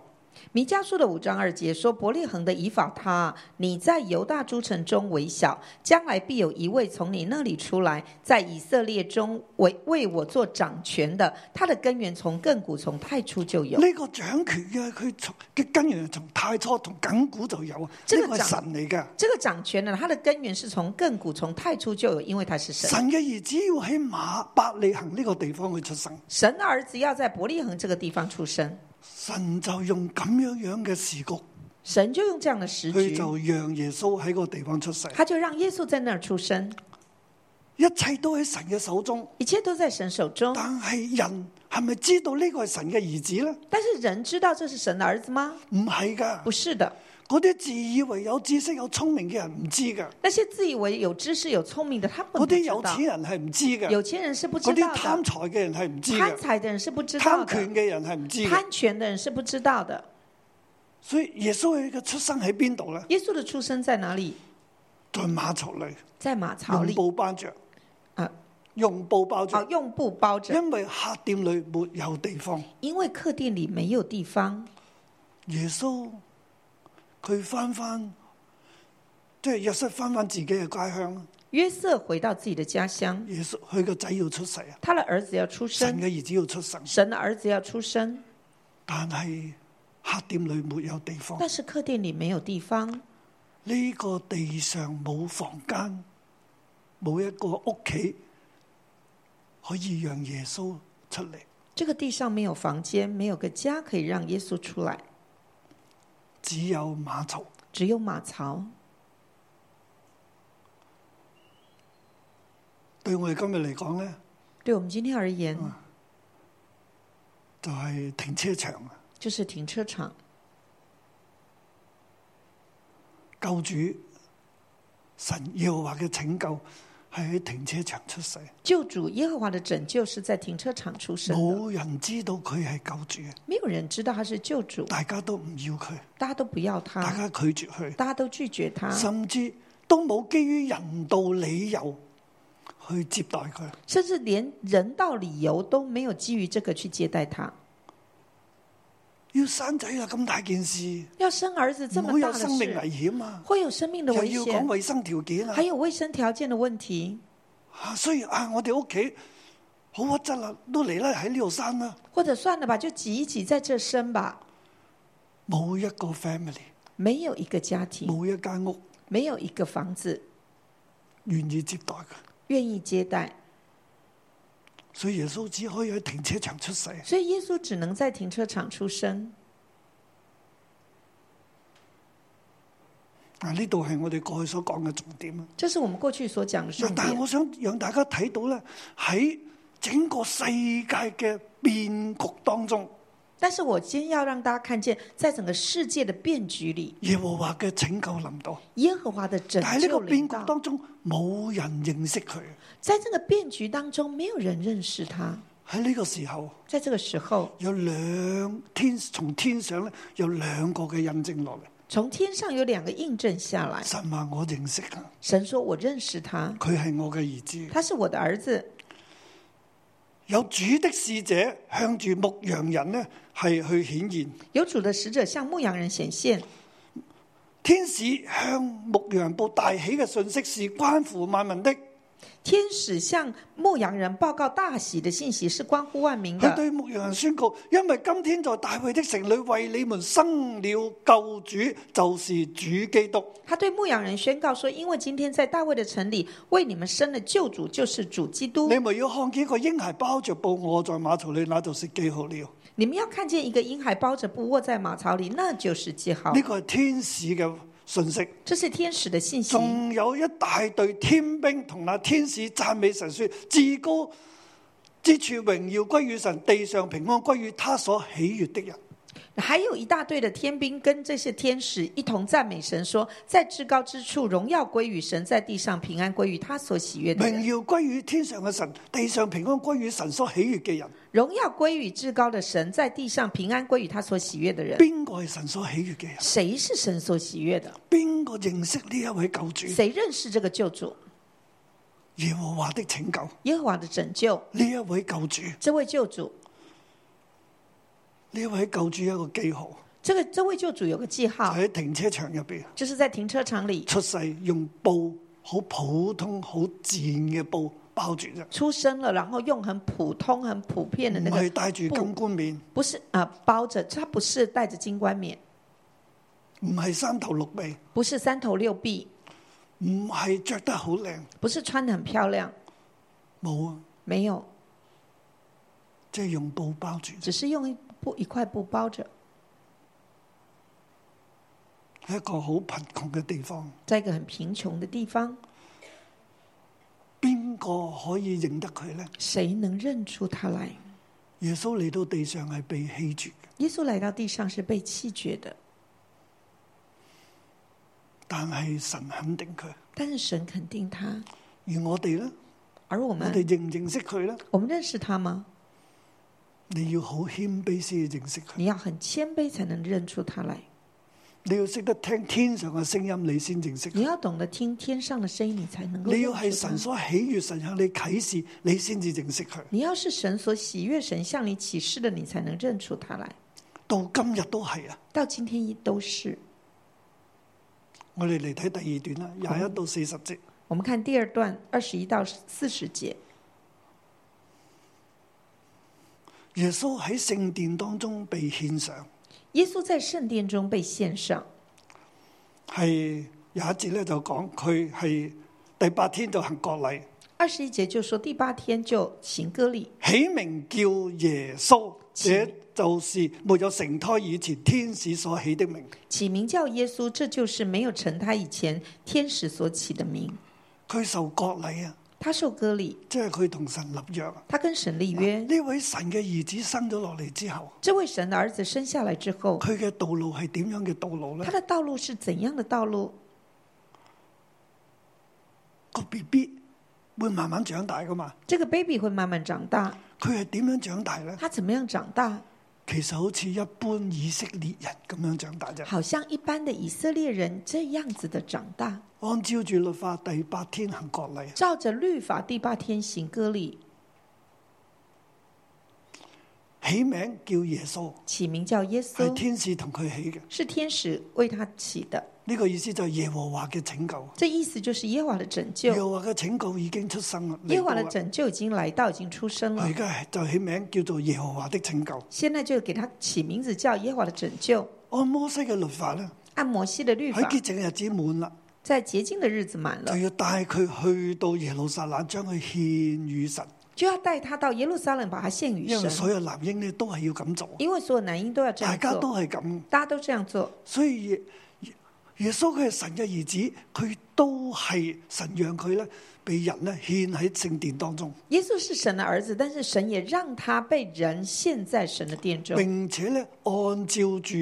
Speaker 3: 弥迦书的五章二节说：“伯利恒的以法他，你在犹大诸城中为小，将来必有一位从你那里出来，在以色列中为为我做掌权的。他的根源从亘古，从太初就有。
Speaker 2: 呢個掌權嘅佢從嘅根源係從太初同亘古就有啊，
Speaker 3: 即係
Speaker 2: 呢個係
Speaker 3: 掌
Speaker 2: 神嚟嘅。
Speaker 3: 这个掌权呢，它的根源是从亘古，从太初就有，因为他是神。
Speaker 2: 神嘅兒子要喺馬伯利恒呢個地方去出生，
Speaker 3: 神的儿子要在伯利恒这个地方出生，
Speaker 2: 神就用咁樣樣嘅時局，
Speaker 3: 神就用这样的时
Speaker 2: 佢
Speaker 3: 局，
Speaker 2: 就讓耶穌喺個地方出世，
Speaker 3: 他就让耶稣在那儿出生，
Speaker 2: 一切都喺神嘅手中。
Speaker 3: 一切都在神手中。
Speaker 2: 但係人係咪知道呢個係神嘅兒子呢？
Speaker 3: 但是人知道这是神的儿子吗？
Speaker 2: 唔係㗎，
Speaker 3: 不是的。”
Speaker 2: 嗰啲自以為有知識、有聰明嘅人唔知㗎，
Speaker 3: 那些自以为有知识、有聪明的，他们
Speaker 2: 嗰
Speaker 3: 不
Speaker 2: 啲
Speaker 3: 知道
Speaker 2: 有錢人係唔知㗎，
Speaker 3: 有錢人是不知
Speaker 2: 嗰
Speaker 3: 道
Speaker 2: 啲貪
Speaker 3: 的，
Speaker 2: 財嘅人係唔知
Speaker 3: 貪
Speaker 2: 㗎，
Speaker 3: 財的人是不知道
Speaker 2: 貪權
Speaker 3: 的，
Speaker 2: 嘅人係唔知㗎。
Speaker 3: 貪權的人是不知道的。
Speaker 2: 所以耶穌佢嘅出生喺邊度呢？
Speaker 3: 耶穌的出生在哪里？
Speaker 2: 在馬槽裏，
Speaker 3: 在馬槽
Speaker 2: 用
Speaker 3: 里
Speaker 2: 布包着，
Speaker 3: 啊，
Speaker 2: 用布包
Speaker 3: 哦
Speaker 2: 着，，
Speaker 3: 用布包着，
Speaker 2: 因為客店裏沒有地方。
Speaker 3: 因为客店里没有地方。
Speaker 2: 耶穌佢翻翻，即係約瑟翻翻自己嘅家鄉。
Speaker 3: 约瑟回到自己的家乡，
Speaker 2: 耶穌佢個仔要出世啊，
Speaker 3: 他的儿子要出
Speaker 2: 神
Speaker 3: 生
Speaker 2: 嘅，兒子要出世，
Speaker 3: 神的儿子要出生，
Speaker 2: 但係客店裏沒有地方。
Speaker 3: 但是客店里没有地方，
Speaker 2: 呢、個地上冇房間，冇一個屋企可以讓耶穌出嚟。
Speaker 3: 这个地上没有房间，没有个家可以让耶稣出来，
Speaker 2: 只有馬槽。
Speaker 3: 只有马槽。
Speaker 2: 對我哋今日嚟講呢，
Speaker 3: 对我们今天而言，
Speaker 2: 嗯就係停車場啊！
Speaker 3: 就是停车场。
Speaker 2: 救主神耶和華嘅拯救係喺停車場出世，
Speaker 3: 救主耶和华的拯救是在停车场出生的，
Speaker 2: 冇人知道佢係救主，
Speaker 3: 没有人知道他是救主，
Speaker 2: 大家都唔要佢，
Speaker 3: 大家都不要
Speaker 2: 大家
Speaker 3: 他，
Speaker 2: 拒絕佢，
Speaker 3: 大家都拒绝他，
Speaker 2: 甚至都冇基於人道理由去接待佢。
Speaker 3: 甚至连人道理由都没有基于这个去接待他。
Speaker 2: 要生仔啦，咁大件事，
Speaker 3: 要生儿子这
Speaker 2: 唔好
Speaker 3: 么大
Speaker 2: 有
Speaker 3: 的
Speaker 2: 生命危
Speaker 3: 事，
Speaker 2: 險啊！
Speaker 3: 会有生命的
Speaker 2: 又
Speaker 3: 危
Speaker 2: 要講
Speaker 3: 险，
Speaker 2: 衞生條件啊
Speaker 3: 还！有卫生条件的问题，
Speaker 2: 啊雖然啊，我哋屋企好屈質啦，都嚟啦，喺呢度生啦，
Speaker 3: 或者算了吧，就挤一挤在这生吧。
Speaker 2: 冇一個 family。
Speaker 3: 没有一个家庭，
Speaker 2: 冇一間屋
Speaker 3: 没有一个房子
Speaker 2: 願意接待佢，
Speaker 3: 愿意接待，
Speaker 2: 所以耶穌只可以喺停車場出世。
Speaker 3: 所以耶稣只能在停车场出生。
Speaker 2: 嗱，啊呢度係我哋過去所講嘅重點啊。
Speaker 3: 这是我们过去所讲的重
Speaker 2: 但係
Speaker 3: 点
Speaker 2: 我。想讓大家睇到咧，喺整個世界嘅變局當中，
Speaker 3: 但是我今天要让大家看见，在整个世界的变局里，
Speaker 2: 耶和華嘅拯救臨到。
Speaker 3: 耶和华的拯
Speaker 2: 但係呢
Speaker 3: 救
Speaker 2: 個變
Speaker 3: 领
Speaker 2: 局
Speaker 3: 导。
Speaker 2: 當中，冇人認識佢。
Speaker 3: 在这个变局当中，没有人认识他。
Speaker 2: 喺呢個時候，
Speaker 3: 在这个时候，
Speaker 2: 有兩天從天上咧有兩個嘅印證落嚟。
Speaker 3: 从天上有两个印证下来，
Speaker 2: 神話我認識啊，
Speaker 3: 神说：“我认识他，
Speaker 2: 佢係我嘅兒子。
Speaker 3: 他是我的儿子。
Speaker 2: 有主的使者向住牧羊人呢，係去顯現。”
Speaker 3: 有主的使者向牧羊人显现，
Speaker 2: 天使向牧羊部大喜嘅信息是關乎萬民的，
Speaker 3: 天使向牧羊人报告大喜的信息是关乎万民
Speaker 2: 佢
Speaker 3: 的。
Speaker 2: 對牧羊人宣告：因為今天在大衛的城裏為你們生了救主，就是主基督。
Speaker 3: 他对牧羊人宣告说：“因为今天在大卫的城里为你们生了救主，就是主基督
Speaker 2: 你。们要看見一個嬰孩包着布卧在馬槽裏，那就是記號了。呢
Speaker 3: 你们要看见一个婴孩包着布卧在马槽里，那就是记号。
Speaker 2: 個係天使嘅信息。
Speaker 3: 这是天使的信息。
Speaker 2: 仲有一大隊天兵同那天使讚美神說：至高之處榮耀歸於神，地上平安歸於他所喜悦的人。
Speaker 3: 还有一大队的天兵跟这些天使一同赞美神说，在至高之处荣耀归于神，在地上平安归于他所喜悦的
Speaker 2: 榮
Speaker 3: 人，
Speaker 2: 耀歸於天上嘅神，地上平安歸於神所喜悦嘅人。
Speaker 3: 荣耀归于至高的神，在地上平安归于他所喜悦的人。
Speaker 2: 邊個係神所喜悦嘅人？
Speaker 3: 谁是神所喜悦的？
Speaker 2: 邊個認識呢一位救主？
Speaker 3: 谁认识这个救主？
Speaker 2: 耶和華的拯救，
Speaker 3: 耶和华的拯救，
Speaker 2: 呢一位救主，
Speaker 3: 这位救主，
Speaker 2: 呢一位救主有一個記號，
Speaker 3: 这个这位救主有个记
Speaker 2: 就
Speaker 3: 号，
Speaker 2: 喺停車場入边
Speaker 3: 就是在停车场里
Speaker 2: 出世，用布好普通、好自然嘅布包住啫，
Speaker 3: 出生了，然后用很普通、很普遍的
Speaker 2: 唔
Speaker 3: 那
Speaker 2: 係
Speaker 3: 个，
Speaker 2: 戴住金冠冕，
Speaker 3: 不是啊、包着，他不是戴着金冠冕，
Speaker 2: 唔係三頭六臂，
Speaker 3: 不是三头六臂，
Speaker 2: 唔係着得好靚，
Speaker 3: 不是穿得很漂亮，
Speaker 2: 冇啊，
Speaker 3: 没有，
Speaker 2: 即係用布包住，
Speaker 3: 只是用一布一块布包着，
Speaker 2: 喺一個好貧窮嘅地方。
Speaker 3: 在一个很贫穷的地方，
Speaker 2: 邊個可以認得佢呢？
Speaker 3: 谁能认出他来？
Speaker 2: 耶穌嚟到地上係被棄絕嘅，
Speaker 3: 耶稣来到地上是被弃绝的，
Speaker 2: 但係神肯定佢。
Speaker 3: 但是神肯定他。
Speaker 2: 而我哋呢？
Speaker 3: 而我
Speaker 2: 我
Speaker 3: 们，
Speaker 2: 哋認唔認識佢呢？
Speaker 3: 我们认识他吗？
Speaker 2: 你要好謙卑先至認識佢，
Speaker 3: 你要很谦卑才能认出他来，
Speaker 2: 你要識得聽天上嘅聲音，你先認識
Speaker 3: 你
Speaker 2: 佢。
Speaker 3: 要懂得听天上的声音，你才能够
Speaker 2: 你要
Speaker 3: 认
Speaker 2: 係
Speaker 3: 识他
Speaker 2: 神所喜悦，神向你啟示，你先至認識佢。
Speaker 3: 你要是神所喜悦、神向你启示的，你才能认出他来。
Speaker 2: 到今日都係啊！
Speaker 3: 到今天都是。
Speaker 2: 我哋嚟睇第二段啦，廿一到四十節。
Speaker 3: 我们看第二段二十一到四十节，
Speaker 2: 耶穌喺聖殿當中被獻上，
Speaker 3: 耶稣在圣殿中被献上。
Speaker 2: 係有一節咧就講佢係第八天就行割禮，
Speaker 3: 二十一节就说第八天就行割礼，
Speaker 2: 起名叫耶穌，
Speaker 3: 前
Speaker 2: 這就是沒有成胎以前天使所起的名。
Speaker 3: 起名叫耶稣，这就是没有成胎以前天使所起的名。
Speaker 2: 佢受割禮啊！
Speaker 3: 他受割礼，
Speaker 2: 即係佢同神立約啊！
Speaker 3: 他跟神立约。
Speaker 2: 呢位神嘅兒子生咗落嚟之後，
Speaker 3: 这位神的儿子生下来之后，
Speaker 2: 佢嘅道路係點樣嘅道路呢
Speaker 3: 他？的道路是怎样的道路？
Speaker 2: 個 B B 會慢慢長大噶嘛？
Speaker 3: 这个 baby 会慢慢长大，
Speaker 2: 佢係點樣長大呢？
Speaker 3: 他怎么样长大？
Speaker 2: 其實好似一般以色列人咁樣長大啫。
Speaker 3: 好像一般的以色列人这样子的长大，
Speaker 2: 按照住律法第八天行割禮，
Speaker 3: 照着律法第八天行割礼，
Speaker 2: 起名叫耶穌，
Speaker 3: 起名叫耶
Speaker 2: 係
Speaker 3: 稣，
Speaker 2: 天使同佢起嘅。
Speaker 3: 是天使为他起的。
Speaker 2: 呢、個意思就係耶和華嘅拯救。
Speaker 3: 这意思就是耶和华的拯
Speaker 2: 耶
Speaker 3: 救，
Speaker 2: 和華嘅拯救已經出生啦，
Speaker 3: 耶和华的
Speaker 2: 嚟到啦
Speaker 3: 拯救已经来到，已经出生
Speaker 2: 佢
Speaker 3: 了
Speaker 2: 而。家係就起名叫做耶和華的拯救。
Speaker 3: 现在就给他起名字叫耶和华的拯救。
Speaker 2: 按摩西嘅律法呢，
Speaker 3: 按摩西的律
Speaker 2: 喺
Speaker 3: 法，
Speaker 2: 潔淨嘅日子滿啦。
Speaker 3: 在洁净的日子满
Speaker 2: 就
Speaker 3: 了，
Speaker 2: 要帶佢去到耶路撒冷，將佢獻與神。
Speaker 3: 就要带他到耶路撒冷，把他献于
Speaker 2: 因為所
Speaker 3: 神。
Speaker 2: 有男嬰咧都係要咁做，
Speaker 3: 因为所有男婴都要这
Speaker 2: 大
Speaker 3: 样
Speaker 2: 家
Speaker 3: 做，
Speaker 2: 都係咁，
Speaker 3: 大家都这样做。
Speaker 2: 所以耶耶耶穌佢係神嘅兒子，佢都係神讓佢咧被人咧獻喺聖殿當中，
Speaker 3: 耶稣是神的儿子，但是神也让他被人献在神的殿中，
Speaker 2: 並且咧按照住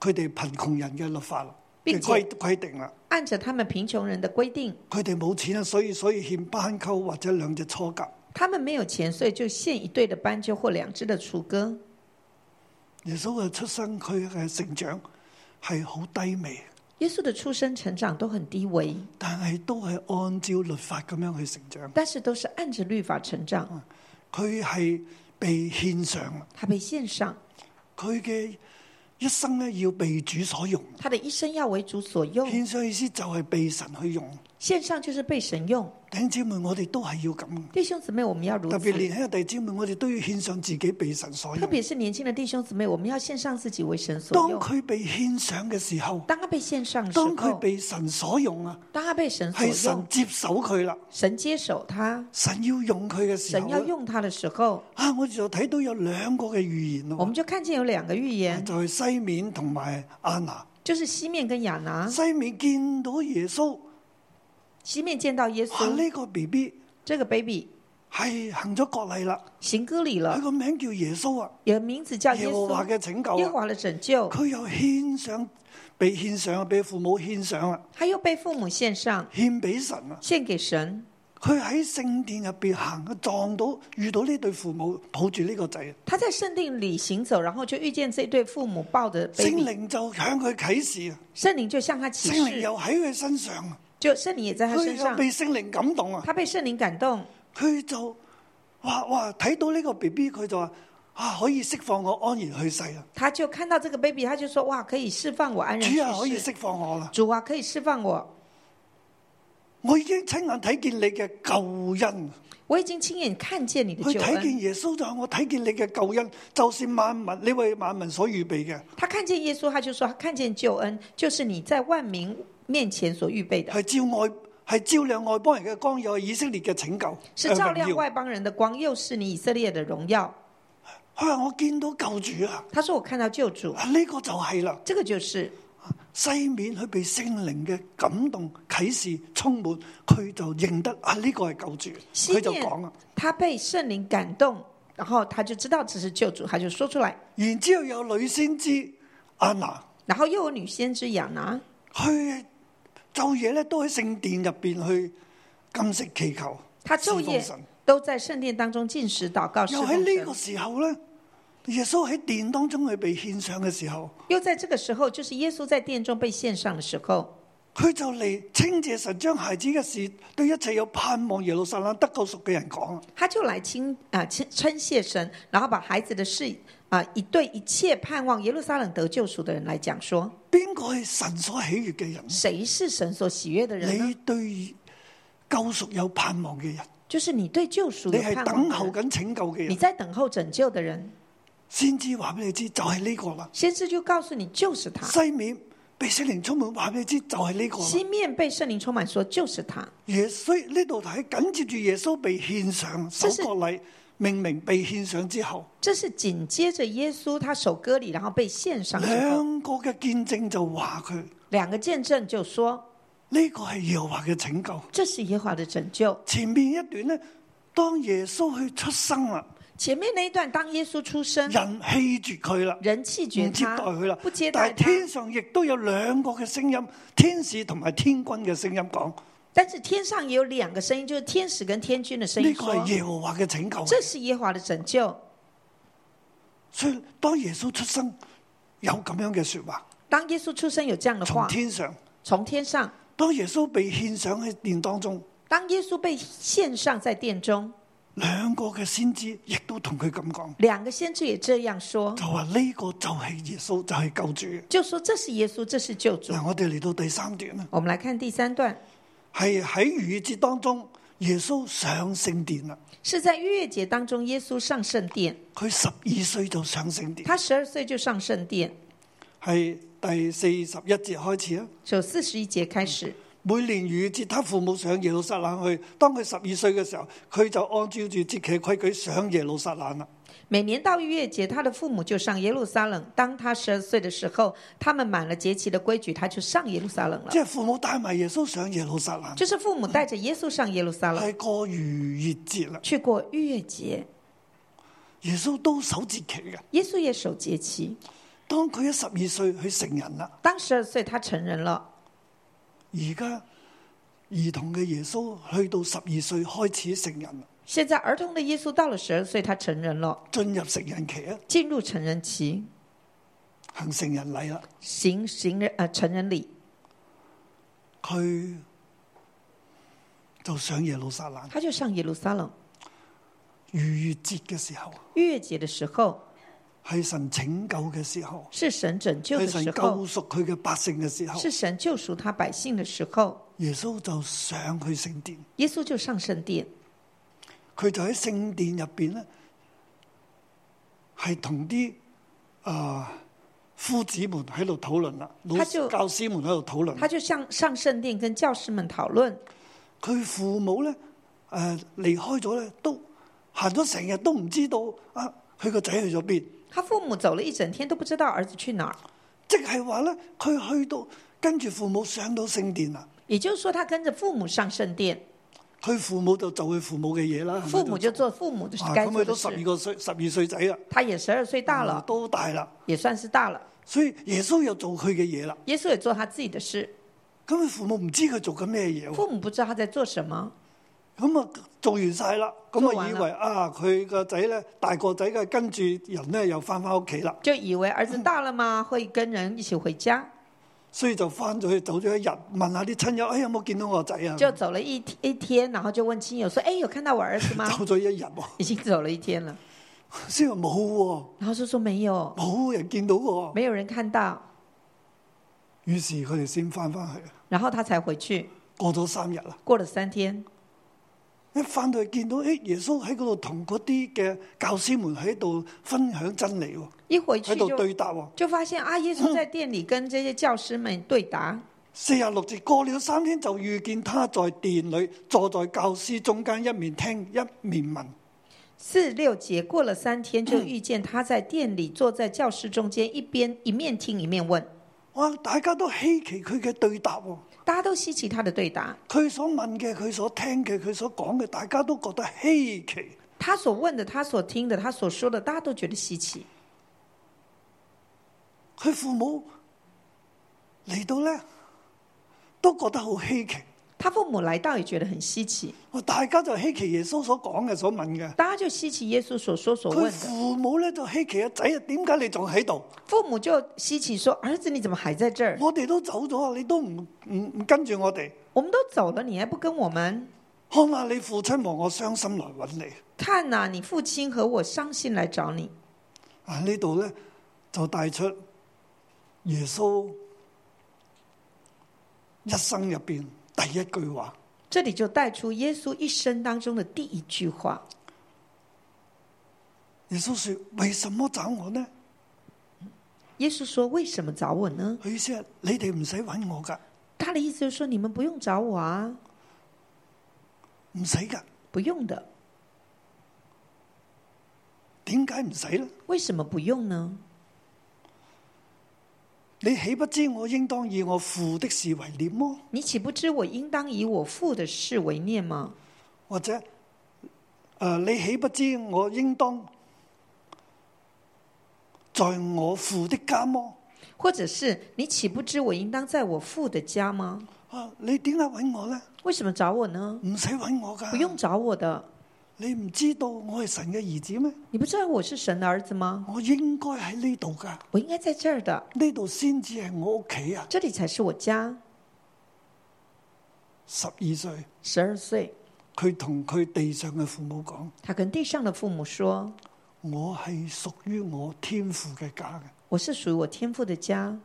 Speaker 2: 佢哋貧窮人嘅律法啦嘅
Speaker 3: 並且
Speaker 2: 規規定啦。
Speaker 3: 按着他们贫穷人的规定，
Speaker 2: 佢哋冇錢啦，所以所以獻斑鳩或者兩隻雛鴿。
Speaker 3: 他们没有钱，所以就献一对的斑鸠或两只的雏鸽。
Speaker 2: 耶穌嘅出生，佢嘅成長係好低微。
Speaker 3: 耶稣的出生成长都很低微，
Speaker 2: 但係都係按照律法咁樣去成長，
Speaker 3: 但是都是按着律法成长。
Speaker 2: 佢係被獻上啦，
Speaker 3: 他被献上，
Speaker 2: 佢嘅一生咧要被主所用。
Speaker 3: 他的一生要为主所用。
Speaker 2: 嗯獻上意思就係被神去用，
Speaker 3: 线上就是被神用。
Speaker 2: 弟兄姊妹，我哋都係要咁，
Speaker 3: 弟兄姊妹，我们要如
Speaker 2: 特
Speaker 3: 此
Speaker 2: 別。年輕嘅弟兄姊妹，我哋都要獻上自己被神所
Speaker 3: 特
Speaker 2: 用。
Speaker 3: 别是年轻的弟兄姊妹，我们要献上自己为神所
Speaker 2: 當
Speaker 3: 用。
Speaker 2: 佢被獻上嘅時候，
Speaker 3: 当他被献上的时候，
Speaker 2: 當佢被神所用啊，
Speaker 3: 当他被神所
Speaker 2: 係
Speaker 3: 用
Speaker 2: 神，接手佢啦，
Speaker 3: 神接手他，
Speaker 2: 神要用佢嘅時
Speaker 3: 神
Speaker 2: 候
Speaker 3: 要
Speaker 2: 呢
Speaker 3: 用他的时候，
Speaker 2: 啊，我哋就睇到有兩個嘅預言
Speaker 3: 我
Speaker 2: 咯
Speaker 3: 们，就看见有两个预言，
Speaker 2: 就係西面同埋亞拿。
Speaker 3: 就是西面跟亚拿。
Speaker 2: 西面見到耶穌，
Speaker 3: 西面见到耶
Speaker 2: 哇！
Speaker 3: 稣，
Speaker 2: 呢、個 B B
Speaker 3: 这个 baby
Speaker 2: 係行咗國禮啦，
Speaker 3: 行割礼
Speaker 2: 佢
Speaker 3: 了，
Speaker 2: 個名叫耶穌啊，
Speaker 3: 有名字啊叫耶
Speaker 2: 哎耶和華
Speaker 3: 稣，
Speaker 2: 嘅拯救
Speaker 3: 耶和
Speaker 2: 啊，
Speaker 3: 华的拯救。
Speaker 2: 佢又獻上，被獻上啊，俾父母獻上啊，
Speaker 3: 他又被父母献上，
Speaker 2: 獻俾神啊。
Speaker 3: 献给神。
Speaker 2: 佢喺聖殿入邊行，撞到遇到呢對父母抱住呢個仔，啊
Speaker 3: 他在圣殿里行走，然后就遇见这对父母抱着
Speaker 2: 聖
Speaker 3: baby，
Speaker 2: 靈就向佢啟示啊，
Speaker 3: 圣灵就向他启
Speaker 2: 聖靈
Speaker 3: 示，
Speaker 2: 又喺佢身上啊，
Speaker 3: 就圣灵也在他
Speaker 2: 佢
Speaker 3: 身
Speaker 2: 又
Speaker 3: 上，
Speaker 2: 被聖靈感動啊。
Speaker 3: 他被圣灵感动，
Speaker 2: 佢就哇哇睇到呢個 B B，佢就話啊可以釋放我安然去世啊啦，
Speaker 3: 他就看到这个 baby，他就说：“哇，可以释放我，安然
Speaker 2: 主啊可以
Speaker 3: 去世。
Speaker 2: 釋放我啦，
Speaker 3: 主啊，可以释放我，
Speaker 2: 我已經親眼睇見你嘅救恩，
Speaker 3: 我已经亲眼看见你啊的
Speaker 2: 佢
Speaker 3: 救
Speaker 2: 睇見
Speaker 3: 恩。
Speaker 2: 耶穌就話我睇見你嘅救恩，就是萬民你為萬民所預備嘅，”
Speaker 3: 他看见耶稣，他就说：“他看见救恩，就是你在万民面前所预备的，
Speaker 2: 係照外係照亮外邦人嘅光，又係以色列嘅拯救，
Speaker 3: 是照
Speaker 2: 呃
Speaker 3: 亮
Speaker 2: 榮耀
Speaker 3: 外邦人的光，又是你以色列的荣耀。
Speaker 2: 佢話我見到救主啊，”
Speaker 3: 他说：“我看到救主，
Speaker 2: 啊呢、個就係啦，
Speaker 3: 这个就是
Speaker 2: 西面佢被聖靈嘅感動啟示充滿，佢就認得啊呢、個係救主，
Speaker 3: 西
Speaker 2: 佢就
Speaker 3: 面
Speaker 2: 講啊。
Speaker 3: 他被圣灵感动，然后他就知道这是救主，他就说出来。
Speaker 2: 然之後有女先知阿娜，
Speaker 3: 然后又有女先知雅拿，
Speaker 2: 佢晝夜咧都喺聖殿入边去禁食祈求，
Speaker 3: 她昼夜
Speaker 2: 侍奉神
Speaker 3: 都在圣殿当中进食、祷告、侍
Speaker 2: 又
Speaker 3: 奉
Speaker 2: 喺呢
Speaker 3: 神
Speaker 2: 個。時候咧，耶穌喺殿當中佢被獻上嘅時候，
Speaker 3: 又在这个时候，就是耶稣在殿中被献上的时候，
Speaker 2: 佢就嚟清謝神將孩子嘅事對一切有盼望耶路撒冷得救贖嘅人講。
Speaker 3: 他就来亲啊称称谢神，然后把孩子的事啊一对一切盼望耶路撒冷得救赎的人来讲说，
Speaker 2: 邊個係神所喜悦嘅人？
Speaker 3: 谁是神所喜悦的人呢？啊
Speaker 2: 你對救贖有盼望嘅人，
Speaker 3: 就是你对救赎
Speaker 2: 你
Speaker 3: 有
Speaker 2: 係
Speaker 3: 盼望
Speaker 2: 等
Speaker 3: 的
Speaker 2: 候
Speaker 3: 人，
Speaker 2: 緊拯救嘅
Speaker 3: 你
Speaker 2: 人，
Speaker 3: 在等候拯救的人。
Speaker 2: 先知話俾你知就係呢個啦。
Speaker 3: 先知就告诉你，就是他。
Speaker 2: 西面被聖靈充滿，話俾你知就係呢個
Speaker 3: 西
Speaker 2: 啦。
Speaker 3: 面被圣灵充满，说就是他。
Speaker 2: 耶穌呢度睇緊接住耶穌被獻上
Speaker 3: 即
Speaker 2: 首
Speaker 3: 是
Speaker 2: 個禮，命名被獻上之後，
Speaker 3: 这是紧接着耶稣他首歌里，然后被献上之后，
Speaker 2: 兩個嘅見證就話佢
Speaker 3: 两个见证就说
Speaker 2: 呢個係耶和華嘅拯救。
Speaker 3: 这是耶和华的拯救。
Speaker 2: 前面一段呢，當耶穌去出生啦，
Speaker 3: 前面那一段，当耶稣出生，
Speaker 2: 人棄絕佢啦，
Speaker 3: 人弃绝
Speaker 2: 唔接
Speaker 3: 嗯他，
Speaker 2: 待佢啦
Speaker 3: 不接。待
Speaker 2: 但係
Speaker 3: 他。
Speaker 2: 天上亦都有兩個嘅聲音，天使同埋天君嘅聲音講：
Speaker 3: 但是天上也有两个声音，就是天使跟天君的声
Speaker 2: 呢
Speaker 3: 音
Speaker 2: 個係
Speaker 3: 说
Speaker 2: 耶和華嘅拯：“
Speaker 3: 这
Speaker 2: 救。
Speaker 3: 是耶和华的拯救。
Speaker 2: 所以當耶穌出生有咁樣嘅说話，”
Speaker 3: 当耶稣出生有这样的
Speaker 2: 從
Speaker 3: 话，
Speaker 2: 天上。
Speaker 3: 从天上；
Speaker 2: 當耶穌被獻上喺殿當中，
Speaker 3: 当耶稣被献上在殿中，
Speaker 2: 兩個嘅先知亦都同佢咁講，
Speaker 3: 两个先知也这样说，
Speaker 2: 就話呢個就係耶穌，就係救主。
Speaker 3: 就说这是耶稣，这是救主。
Speaker 2: 嗱，我哋嚟到第三段啦，
Speaker 3: 我们来看第三段，
Speaker 2: 係喺逾越節當中，耶穌上聖殿啦。
Speaker 3: 是在逾越节当中，耶稣上圣殿，
Speaker 2: 佢十二歲就上聖殿，
Speaker 3: 他十二岁就上圣殿，
Speaker 2: 係第四十一節開始啊。
Speaker 3: 就四十一节开始。
Speaker 2: 每年逾越節，他父母上耶路撒冷去。當佢十二歲嘅時候，佢就按照住節期規矩上耶路撒冷啦。
Speaker 3: 每年到逾越节，他的父母就上耶路撒冷。当他十二岁的时候，他们满了节期的规矩，他就上耶路撒冷了
Speaker 2: 即。係父母帶埋耶穌上耶路撒冷，
Speaker 3: 就是父母带着耶稣上耶路撒冷，
Speaker 2: 係過逾越節啦。
Speaker 3: 去过逾越节，
Speaker 2: 耶穌都守節期嘅。
Speaker 3: 耶稣也守节期。
Speaker 2: 當佢喺十二歲，佢成人啦。
Speaker 3: 当十二岁，他成人了。
Speaker 2: 而家兒童嘅耶穌去到十二歲開始成人啦，
Speaker 3: 现在儿童的耶稣到了十二岁，他成人了，
Speaker 2: 進入成人期啊，
Speaker 3: 进入成人期，
Speaker 2: 行成人禮啦。
Speaker 3: 行行人呃成人礼，
Speaker 2: 佢就上耶路撒冷
Speaker 3: 他就上耶路撒冷。
Speaker 2: 逾越節嘅時候，
Speaker 3: 逾越节的时候，
Speaker 2: 係神拯救嘅時候，
Speaker 3: 是神拯救
Speaker 2: 係
Speaker 3: 的
Speaker 2: 神
Speaker 3: 时
Speaker 2: 救
Speaker 3: 候，
Speaker 2: 贖佢嘅百姓嘅時候，
Speaker 3: 是神救赎他百姓的时候，
Speaker 2: 耶穌就上去聖殿，
Speaker 3: 耶稣就上圣殿，
Speaker 2: 佢就喺聖殿入边咧，係同啲啊夫子們喺度討論啦，老
Speaker 3: 他就
Speaker 2: 教師們喺度討論。
Speaker 3: 他就向上圣殿跟教师们讨论，
Speaker 2: 佢父母咧誒離開咗咧，都行咗成日都唔知道啊，佢個仔去咗邊，
Speaker 3: 他父母走了一整天都不知道儿子去哪儿，
Speaker 2: 即係話咧，佢去到跟住父母上到聖殿啦，
Speaker 3: 也就是说他跟着父母上圣殿，
Speaker 2: 佢父母就做佢父母嘅嘢啦，係咪
Speaker 3: 父母就做父母的嗯
Speaker 2: 啊
Speaker 3: 该
Speaker 2: 咁
Speaker 3: 做
Speaker 2: 佢
Speaker 3: 的
Speaker 2: 都十二
Speaker 3: 事。
Speaker 2: 個歲十二歲仔啦，嗯
Speaker 3: 他也十二岁大了，
Speaker 2: 都大啦，
Speaker 3: 也算是大了。
Speaker 2: 所以耶穌又做佢嘅嘢啦，
Speaker 3: 耶稣也做他自己的事，
Speaker 2: 咁佢父母唔知佢做緊咩嘢喎，
Speaker 3: 父母不知道他在做什么，
Speaker 2: 咁啊做完晒啦，咁
Speaker 3: 做
Speaker 2: 啊
Speaker 3: 完
Speaker 2: 以
Speaker 3: 啦
Speaker 2: 為啊佢個仔咧大個仔嘅跟住人咧又翻返屋企啦，
Speaker 3: 就以为儿子大了嘛，会跟人一起回家，
Speaker 2: 所以就翻咗去走咗一日，問下啲親友，哎有冇見到我個仔啊？
Speaker 3: 就走了一天一天，然后就问亲友说：“哎，有看到我儿子 吗
Speaker 2: 走咗一日喎，？”
Speaker 3: 已经走了一天了，
Speaker 2: 先話冇喎，
Speaker 3: 然后就说没有，
Speaker 2: 冇人見到喎。
Speaker 3: 没有人看到，
Speaker 2: 於是佢哋先翻翻去，
Speaker 3: 然后他才回去。
Speaker 2: 過咗三日啦，
Speaker 3: 过了三天，
Speaker 2: 一翻到去見到，誒耶穌喺嗰度同嗰啲嘅教師們喺度分享真理喎，
Speaker 3: 一回去
Speaker 2: 喺度
Speaker 3: 就
Speaker 2: 對答喎。
Speaker 3: 就发现啊，耶稣在店里跟这些教师们对答。
Speaker 2: 四十六節過了三天，就遇見他在殿裏坐在教師中間，一面聽一面問。
Speaker 3: 四六节过了三天，就遇见他在店里坐在教室中间，一边一面听一面问，
Speaker 2: 哇！大家都稀奇佢嘅對答喎，
Speaker 3: 大家都稀奇他的对答。
Speaker 2: 佢所問嘅、佢所聽嘅、佢所講嘅，大家都覺得稀奇。
Speaker 3: 他所问的，他所听的，他所说的，大家都觉得稀奇。
Speaker 2: 佢父母嚟到咧，都覺得好稀奇。
Speaker 3: 他父母来到也觉得很稀奇，
Speaker 2: 哇！大家就稀奇耶穌所講嘅、所問嘅。
Speaker 3: 大家就稀奇耶稣所说所
Speaker 2: 佢
Speaker 3: 问的。
Speaker 2: 父母咧就稀奇啊，仔啊，點解你仲喺度？
Speaker 3: 父母就稀奇说：“儿子，你怎么还在这儿？
Speaker 2: 我哋都走咗啊，你都唔唔唔跟住我哋。
Speaker 3: 我们都走了，你还不跟我们？
Speaker 2: 看下你父親和我傷心來揾你
Speaker 3: 看呐、你父亲和我伤心来找你。
Speaker 2: 啊！呢度咧就帶出耶穌一生入邊第一句話：”
Speaker 3: 这里就带出耶稣一生当中的第一句话。
Speaker 2: 耶穌說：為什麼找我呢？
Speaker 3: 耶稣说：“为什么找我呢
Speaker 2: 佢意思係你哋唔使揾我㗎，？”
Speaker 3: 他的意思就是说，你们不用找我啊，
Speaker 2: 唔使㗎。
Speaker 3: 不用的。
Speaker 2: 點解唔使呢？
Speaker 3: 为什么不用呢？
Speaker 2: 你豈不知我應當以我父的事為念麼？
Speaker 3: 你岂不知我应当以我父的事为念吗？
Speaker 2: 或者，诶、你豈不知我應當在我父的家麼？
Speaker 3: 或者是你岂不知我应当在我父的家吗？
Speaker 2: 啊，你點解揾我呢？
Speaker 3: 为什么找我呢？
Speaker 2: 唔使揾我㗎，
Speaker 3: 不用找我的，
Speaker 2: 你唔知道我係神嘅兒子咩？
Speaker 3: 你不知道我是神的儿子吗？
Speaker 2: 我應該喺呢度㗎，
Speaker 3: 我应该在这儿的，
Speaker 2: 呢度先至係我屋企啊！
Speaker 3: 这里才是我家。
Speaker 2: 十二歲，
Speaker 3: 十二岁，
Speaker 2: 佢同佢地上嘅父母講：
Speaker 3: 他跟地上的父母说
Speaker 2: 我係屬於我天父嘅家嘅，：“
Speaker 3: 我是属于我天父的家，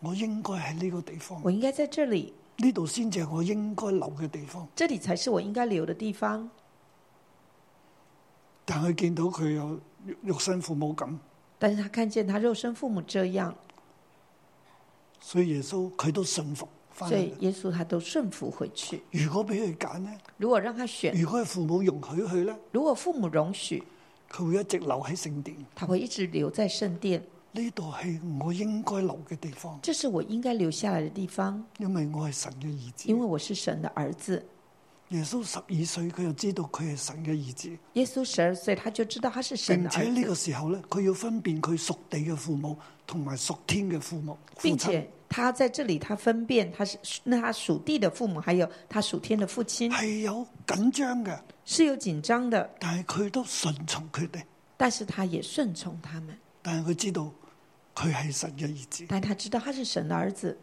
Speaker 2: 我應該喺呢個地方。
Speaker 3: 我应该在这里，
Speaker 2: 呢度先至係我應該留嘅地方，
Speaker 3: 这里才是我应该留的地方。
Speaker 2: 但佢見到佢有肉肉身父母咁，”
Speaker 3: 但是他看见他肉身父母这样，
Speaker 2: 所以耶穌佢都信服翻
Speaker 3: 所以
Speaker 2: 嚟。
Speaker 3: 耶稣他都顺服回去。
Speaker 2: 如果俾佢揀呢，
Speaker 3: 如果让他选，
Speaker 2: 如果佢父母容許佢呢，
Speaker 3: 如果父母容许，
Speaker 2: 佢會一直留喺聖殿。
Speaker 3: 他会一直留在圣殿，
Speaker 2: 呢度係我應該留嘅地方，
Speaker 3: 这是我应该留下来的地方，
Speaker 2: 因為我係神嘅兒
Speaker 3: 因为
Speaker 2: 子。
Speaker 3: 我是神的儿子。
Speaker 2: 耶穌十二歲，佢就知道佢係神嘅兒子，
Speaker 3: 耶稣十二歲，他就知道他是神
Speaker 2: 並
Speaker 3: 的
Speaker 2: 且呢
Speaker 3: 儿
Speaker 2: 個
Speaker 3: 子，
Speaker 2: 時候呢，佢要分辨佢屬地嘅父母同埋屬天嘅父母。父
Speaker 3: 并
Speaker 2: 親
Speaker 3: 且他在这里他分辨他是那他属地的父母，还有他属天的父亲
Speaker 2: 係有緊張嘅，
Speaker 3: 是有紧张的，
Speaker 2: 但係佢都順從佢哋。
Speaker 3: 但是他也顺从他们，
Speaker 2: 但係佢知道佢係神嘅兒子。
Speaker 3: 但他知道他是神的儿子。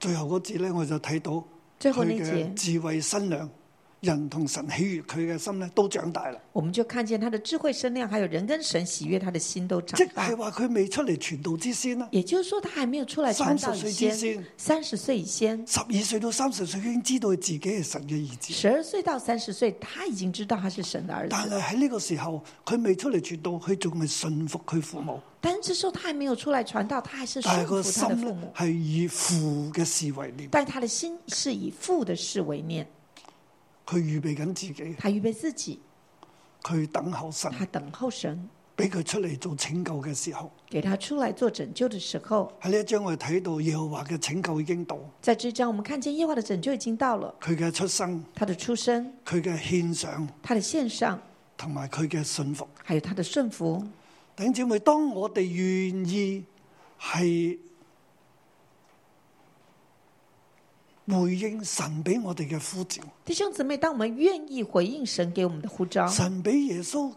Speaker 2: 最後嗰節咧，我就睇到
Speaker 3: 最
Speaker 2: 佢
Speaker 3: 後呢節
Speaker 2: 嘅智慧新娘人同神喜悦佢嘅心咧，都長大啦。
Speaker 3: 我们就看见他的智慧身量，还有人跟神喜悦他的心都长
Speaker 2: 即
Speaker 3: 大
Speaker 2: 係。話佢未出嚟傳道之先啦，
Speaker 3: 也就是说，他还没有出来传道以
Speaker 2: 30岁之
Speaker 3: 前
Speaker 2: 先，
Speaker 3: 三十岁以前，
Speaker 2: 十二歲到三十歲已經知道佢自己係神嘅兒子，
Speaker 3: 十二岁到三十岁，他已经知道他是神的儿子
Speaker 2: 但係
Speaker 3: 了。
Speaker 2: 喺呢個時候佢未出嚟傳道，佢仲係信服佢父母，
Speaker 3: 但是这时候他还没有出来传道，他还是
Speaker 2: 但
Speaker 3: 顺
Speaker 2: 係個
Speaker 3: 服他的
Speaker 2: 心
Speaker 3: 父
Speaker 2: 咧
Speaker 3: 母，
Speaker 2: 係以父嘅事為念，
Speaker 3: 但他的心是以父的事为念，
Speaker 2: 佢預備緊自己，
Speaker 3: 他预备自己，
Speaker 2: 佢等候神，
Speaker 3: 他等候神
Speaker 2: 俾佢出嚟做拯救嘅時候。
Speaker 3: 给他出来做拯救的时候。
Speaker 2: 喺呢一章我哋睇到耶和華嘅拯救已經到，
Speaker 3: 在这章，我们看见耶和华的拯救已经到了，
Speaker 2: 佢嘅出生、
Speaker 3: 他的出生、
Speaker 2: 佢嘅獻上
Speaker 3: 他的献上，
Speaker 2: 同埋佢嘅信服。
Speaker 3: 还有他的顺服。
Speaker 2: 弟兄姊妹，當我哋願意係回應神俾我哋嘅呼召，
Speaker 3: 弟兄姊妹，当我们愿意回应神给我们的呼召，
Speaker 2: 神俾耶穌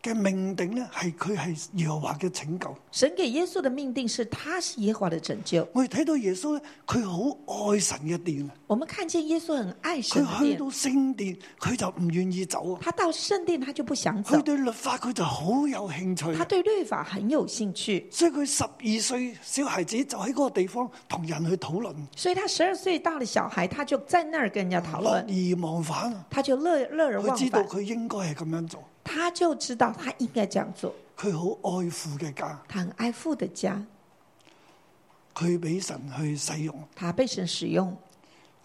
Speaker 2: 嘅命定咧，係佢係耶和華嘅拯救。
Speaker 3: 神给耶稣的命定是他是耶和华的拯救。
Speaker 2: 我哋睇到耶穌咧，佢好愛神嘅殿，
Speaker 3: 我们看见耶稣很爱神的
Speaker 2: 佢去
Speaker 3: 殿
Speaker 2: 到，聖殿，佢就唔願意走啊。
Speaker 3: 他到圣殿他就不想走
Speaker 2: 佢，對律法佢就好有興趣
Speaker 3: 他
Speaker 2: 啊，
Speaker 3: 对律法很有兴趣，
Speaker 2: 所以佢十二歲小孩子就喺嗰個地方同人去討論，
Speaker 3: 所以他十二岁大的小孩，他就在那儿跟人家讨
Speaker 2: 樂
Speaker 3: 论，
Speaker 2: 而忘返啊。
Speaker 3: 他就乐乐而
Speaker 2: 佢
Speaker 3: 忘
Speaker 2: 知道
Speaker 3: 返，
Speaker 2: 佢應該係咁樣做。
Speaker 3: 他就知道他应该这样做，
Speaker 2: 佢好愛父嘅家，
Speaker 3: 他很爱父的家，
Speaker 2: 佢俾神去使用，
Speaker 3: 他被神使用，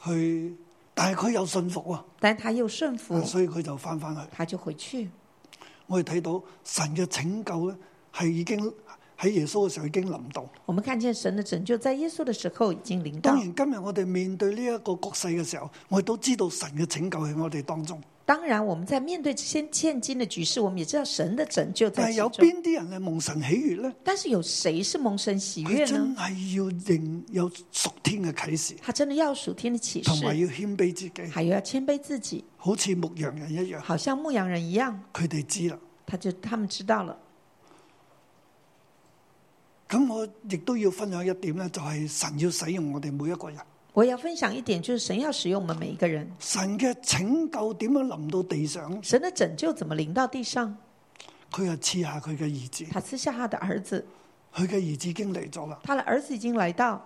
Speaker 2: 去但係佢有信服喎，
Speaker 3: 但他又顺服，
Speaker 2: 所以佢就翻翻去。
Speaker 3: 他就回去。
Speaker 2: 我哋睇到神嘅拯救咧，係已經喺耶穌嘅時候已經臨到。
Speaker 3: 我们看见神的拯救在耶稣的时候已经临到
Speaker 2: 當。然今日我哋面對呢一個局勢嘅時候，我哋都知道神嘅拯救喺我哋當中，
Speaker 3: 当然，我们在面对这些现今的局势，我们也知道神的拯救在
Speaker 2: 但係
Speaker 3: 其
Speaker 2: 哎有
Speaker 3: 中。
Speaker 2: 邊啲人係蒙神喜悦咧？
Speaker 3: 但是有谁是蒙神喜悦
Speaker 2: 佢
Speaker 3: 呢
Speaker 2: 哎真？係要認有屬天嘅啟示，
Speaker 3: 他真的要属天的启
Speaker 2: 同埋
Speaker 3: 示，
Speaker 2: 要謙卑自己，
Speaker 3: 还有要谦卑自己，
Speaker 2: 好似牧羊人一樣。
Speaker 3: 好像牧羊人一样，
Speaker 2: 佢哋知啦。
Speaker 3: 他就他们知道了。
Speaker 2: 咁我亦都要分享一點咧，就係神要使用我哋每一個人。
Speaker 3: 我要分享一点，就是神要使用我们每一个人，
Speaker 2: 神嘅拯救點樣臨到地上？
Speaker 3: 神的拯救怎么临到地上？
Speaker 2: 佢係賜下佢嘅兒子，
Speaker 3: 他赐下他的儿子，
Speaker 2: 佢嘅兒子已經嚟咗啦。
Speaker 3: 他的儿子已经来到。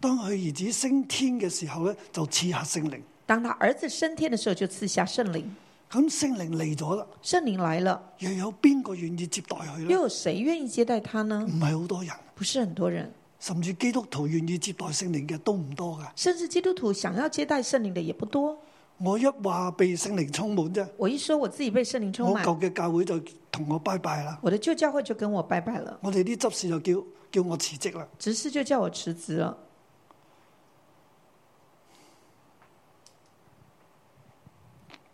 Speaker 2: 當佢兒子升天嘅時候咧，就賜下聖靈。
Speaker 3: 当他儿子升天的时候，就赐下圣灵。
Speaker 2: 咁聖靈嚟咗啦，
Speaker 3: 圣灵来了，
Speaker 2: 又有邊個願意接待佢咧
Speaker 3: 又？有谁愿意接待他呢
Speaker 2: 唔？係好多人，
Speaker 3: 不是很多人，
Speaker 2: 甚至基督徒願意接待聖靈嘅都唔多噶。
Speaker 3: 甚至基督徒想要接待圣灵的也不多。
Speaker 2: 我一話被聖靈充滿啫，
Speaker 3: 我一說我自己被圣灵充
Speaker 2: 我
Speaker 3: 满，
Speaker 2: 舊嘅教會就同我拜拜啦。
Speaker 3: 我的旧教会就跟我拜拜了，
Speaker 2: 我哋啲執事就叫叫我辭職啦。
Speaker 3: 执事就叫我辞职了。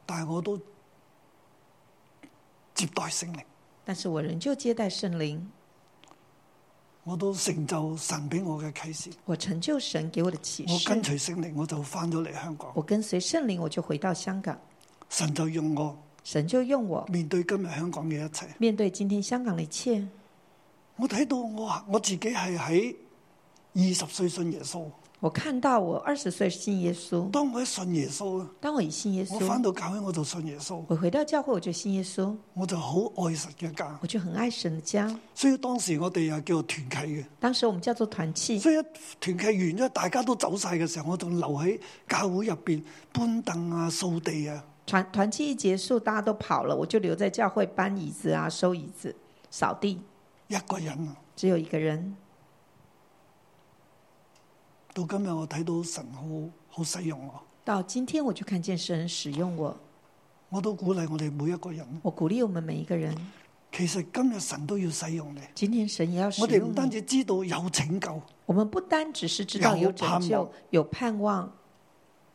Speaker 2: 但係我都接待聖靈，
Speaker 3: 但是我仍旧接待圣灵，
Speaker 2: 我都成就神俾我嘅啟示。
Speaker 3: 我成就神给我的启
Speaker 2: 我
Speaker 3: 示。
Speaker 2: 跟隨聖靈，我就翻咗嚟香港，
Speaker 3: 我跟随圣灵，我就回到香港，
Speaker 2: 神就用我
Speaker 3: 神就用我
Speaker 2: 面對今日香港嘅一切。
Speaker 3: 面对今天香港的一切。
Speaker 2: 我睇到我我自己係喺二十歲信耶穌，
Speaker 3: 我看到我二十岁信耶稣，
Speaker 2: 當我一信耶穌咧，
Speaker 3: 当我一信耶
Speaker 2: 我翻
Speaker 3: 稣，
Speaker 2: 到教會我就信耶穌，
Speaker 3: 我回到教会我就信耶稣，
Speaker 2: 我就好愛神嘅家。
Speaker 3: 我就很爱神的家。
Speaker 2: 所以當時我哋又叫做團契嘅，
Speaker 3: 当时我们叫做团契，
Speaker 2: 所以一團契完咗，大家都走晒嘅時候，我仲留喺教會入邊搬凳啊、掃地啊。
Speaker 3: 团团契一结束，大家都跑了，我就留在教会搬椅子啊、收椅子、扫地，
Speaker 2: 一個人啊。
Speaker 3: 只有一个人。
Speaker 2: 到今日我睇到神好好使用我，
Speaker 3: 到今天我就看见神使用我，
Speaker 2: 我都鼓勵我哋每一個人。啊
Speaker 3: 我鼓励我们每一个人，
Speaker 2: 其實今日神都要使用你。
Speaker 3: 今天神也要使
Speaker 2: 我哋唔
Speaker 3: 用
Speaker 2: 單
Speaker 3: 你。
Speaker 2: 止知道有拯救，
Speaker 3: 我们不单只是知道
Speaker 2: 有
Speaker 3: 有拯
Speaker 2: 盼望
Speaker 3: 救、有盼望，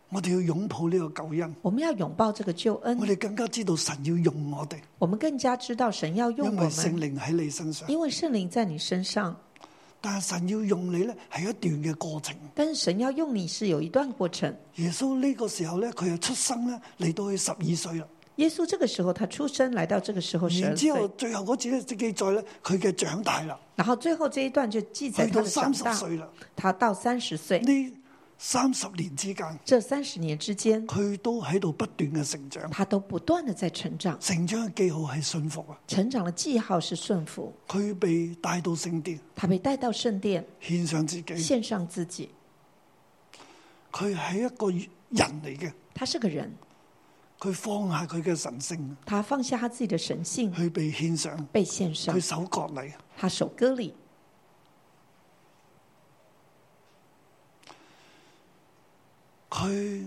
Speaker 2: 我哋要擁抱呢個救恩。
Speaker 3: 我们要拥抱这个救
Speaker 2: 我
Speaker 3: 恩。
Speaker 2: 哋更加知道神要用我哋，
Speaker 3: 我们更加知道神要用
Speaker 2: 因
Speaker 3: 我
Speaker 2: 為聖
Speaker 3: 们，
Speaker 2: 靈喺你身上。
Speaker 3: 因为圣灵在你身上。
Speaker 2: 但係神要用你呢，係一段嘅過程。
Speaker 3: 但是神要用你是有一段过程。
Speaker 2: 耶穌呢個時候呢，佢又出生呢，嚟到佢十二歲啦。
Speaker 3: 耶稣这个时候他出生来到这个时候十
Speaker 2: 然
Speaker 3: 二
Speaker 2: 之後
Speaker 3: 岁，
Speaker 2: 最後嗰節咧記載呢，佢嘅長大啦，
Speaker 3: 然后最后这一段就记载
Speaker 2: 去
Speaker 3: 他
Speaker 2: 到
Speaker 3: 的长
Speaker 2: 三十
Speaker 3: 大，
Speaker 2: 歲啦。
Speaker 3: 他到三十岁。
Speaker 2: 呢三十年之間，
Speaker 3: 这三十年之间，
Speaker 2: 佢都喺度不斷嘅成長。
Speaker 3: 他都不斷的在成長，
Speaker 2: 成長嘅記號係信服啊！
Speaker 3: 成長的記號是順服。
Speaker 2: 佢被帶到聖殿，
Speaker 3: 他被帶到聖殿，
Speaker 2: 獻上自己。
Speaker 3: 獻上自己。
Speaker 2: 佢係一個人嚟嘅，
Speaker 3: 他是個人，
Speaker 2: 佢放下佢嘅神性，
Speaker 3: 他放下他自己的神性，
Speaker 2: 佢被獻上，
Speaker 3: 被獻上
Speaker 2: 佢。守割禮。
Speaker 3: 他守割禮，
Speaker 2: 佢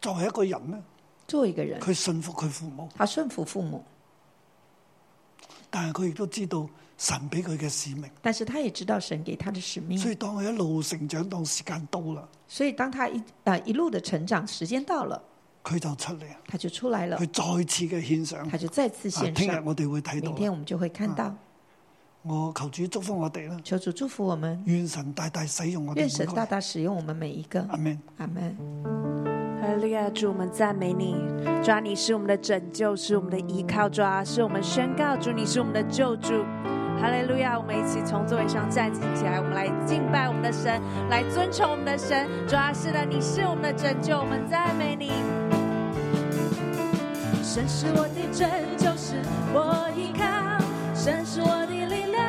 Speaker 2: 作為一個人咧，
Speaker 3: 作為一個人，
Speaker 2: 佢信服佢父母，
Speaker 3: 他順服父母，
Speaker 2: 但係佢亦都知道神俾佢嘅使命。
Speaker 3: 但是他也知道神給他的使命。
Speaker 2: 所以當佢一路成長，當時間到啦，
Speaker 3: 所以，當他一啊、一路的成長，時間到了，
Speaker 2: 佢就出嚟，啊
Speaker 3: 他就出來了
Speaker 2: 佢，再次嘅獻上。
Speaker 3: 他就再次
Speaker 2: 啊
Speaker 3: 獻
Speaker 2: 聽日
Speaker 3: 上。
Speaker 2: 我哋會睇
Speaker 3: 明
Speaker 2: 到啦。
Speaker 3: 天我們就會看
Speaker 2: 嗯
Speaker 3: 到。
Speaker 2: 我求主祝福我哋啦，
Speaker 3: 求主祝福我們，
Speaker 2: 願神大大使用我哋
Speaker 3: 願
Speaker 2: 每
Speaker 3: 神
Speaker 2: 個
Speaker 3: 大
Speaker 2: 人。
Speaker 3: 大使用我們每一個
Speaker 2: 阿。明。
Speaker 3: 阿門。
Speaker 4: 哈利路亚，主，我们赞美你，主啊，你是我们的拯救，是我们的依靠，主啊，是我们宣告，主你是我们的救主。哈利路亚！我们一起从座位上站起来，我们来敬拜我们的神，来尊崇我们的神。主啊，是的，你是我们的拯救，我们赞美你。神是我的拯救，是我依靠；神是我的力量，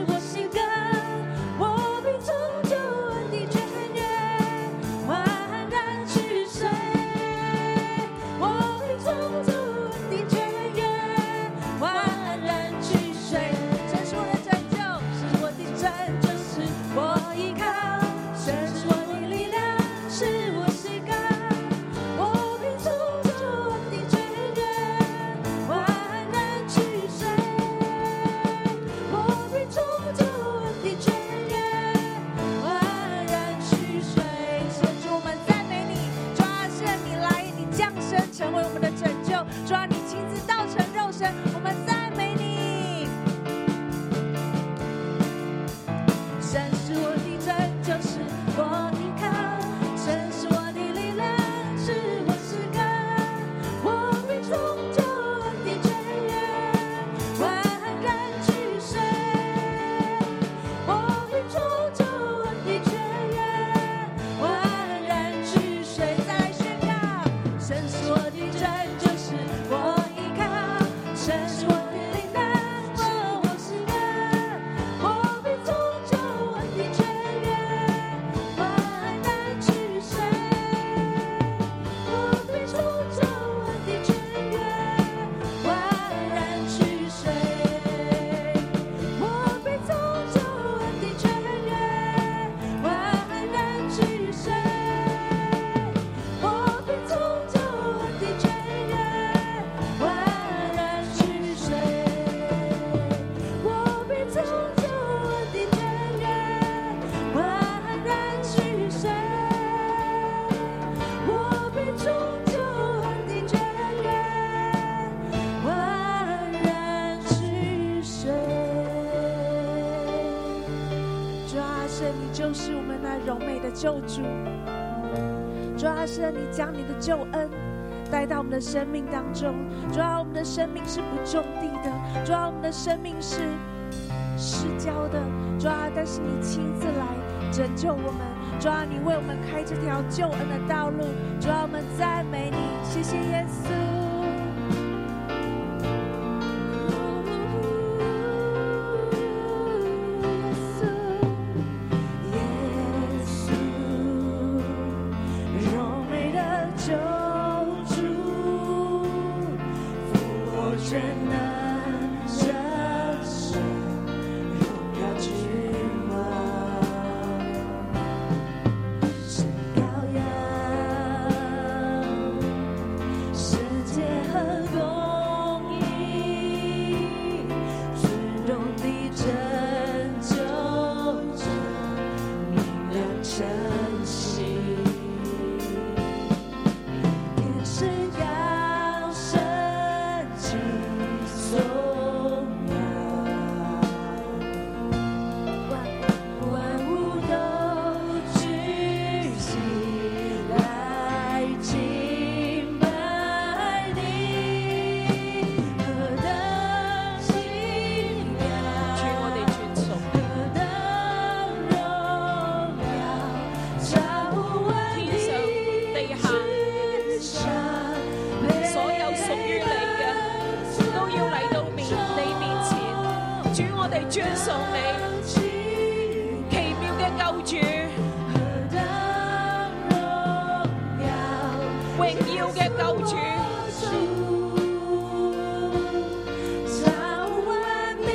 Speaker 4: 我心根。我必终究恩的泉源，万然去水。我必终究恩的泉源，万然去水。神是我的拯救，是我的拯救，是我依靠；神是我的力量，是我心根。我必终究恩的泉源，万然去水。啊我必终究恩的泉源，万然去水。神主，我们赞美你，主啊，是你来，你降生成为我们的拯救，主啊，你亲自道成肉身，我们赞美你。神是我的拯救，是我的靠；神是我的力量，是我诗歌。我必终究恩典泉源，万然去水。我必终究恩典泉源，万然去水。再来宣告，神是我的拯救，是我依靠；神是我的力量，是我诗歌。我必终究恩的泉源，万难去水。我必终究恩的泉源，万然去水。我必终究恩的泉源，万然去水。我必终究恩的泉源，万然去水。我必终究恩的泉源，万然去水。我必终究恩的泉源，万然去水。主啊，神，你就是我们那柔美的救主。主啊，神，你将你的救恩带到我们的生命当中。主啊，我们的生命是不种地的，主啊，我们的生命是失焦的。主啊，但是你亲自来拯救我们。主啊，你为我们开这条救恩的道路。主啊，我们赞美你，谢谢耶稣。耶稣，耶稣。柔美的救主，复活全能真神，荣耀君王，是羔羊，世界啊
Speaker 5: 尊崇你，奇妙嘅救主，榮耀嘅救主，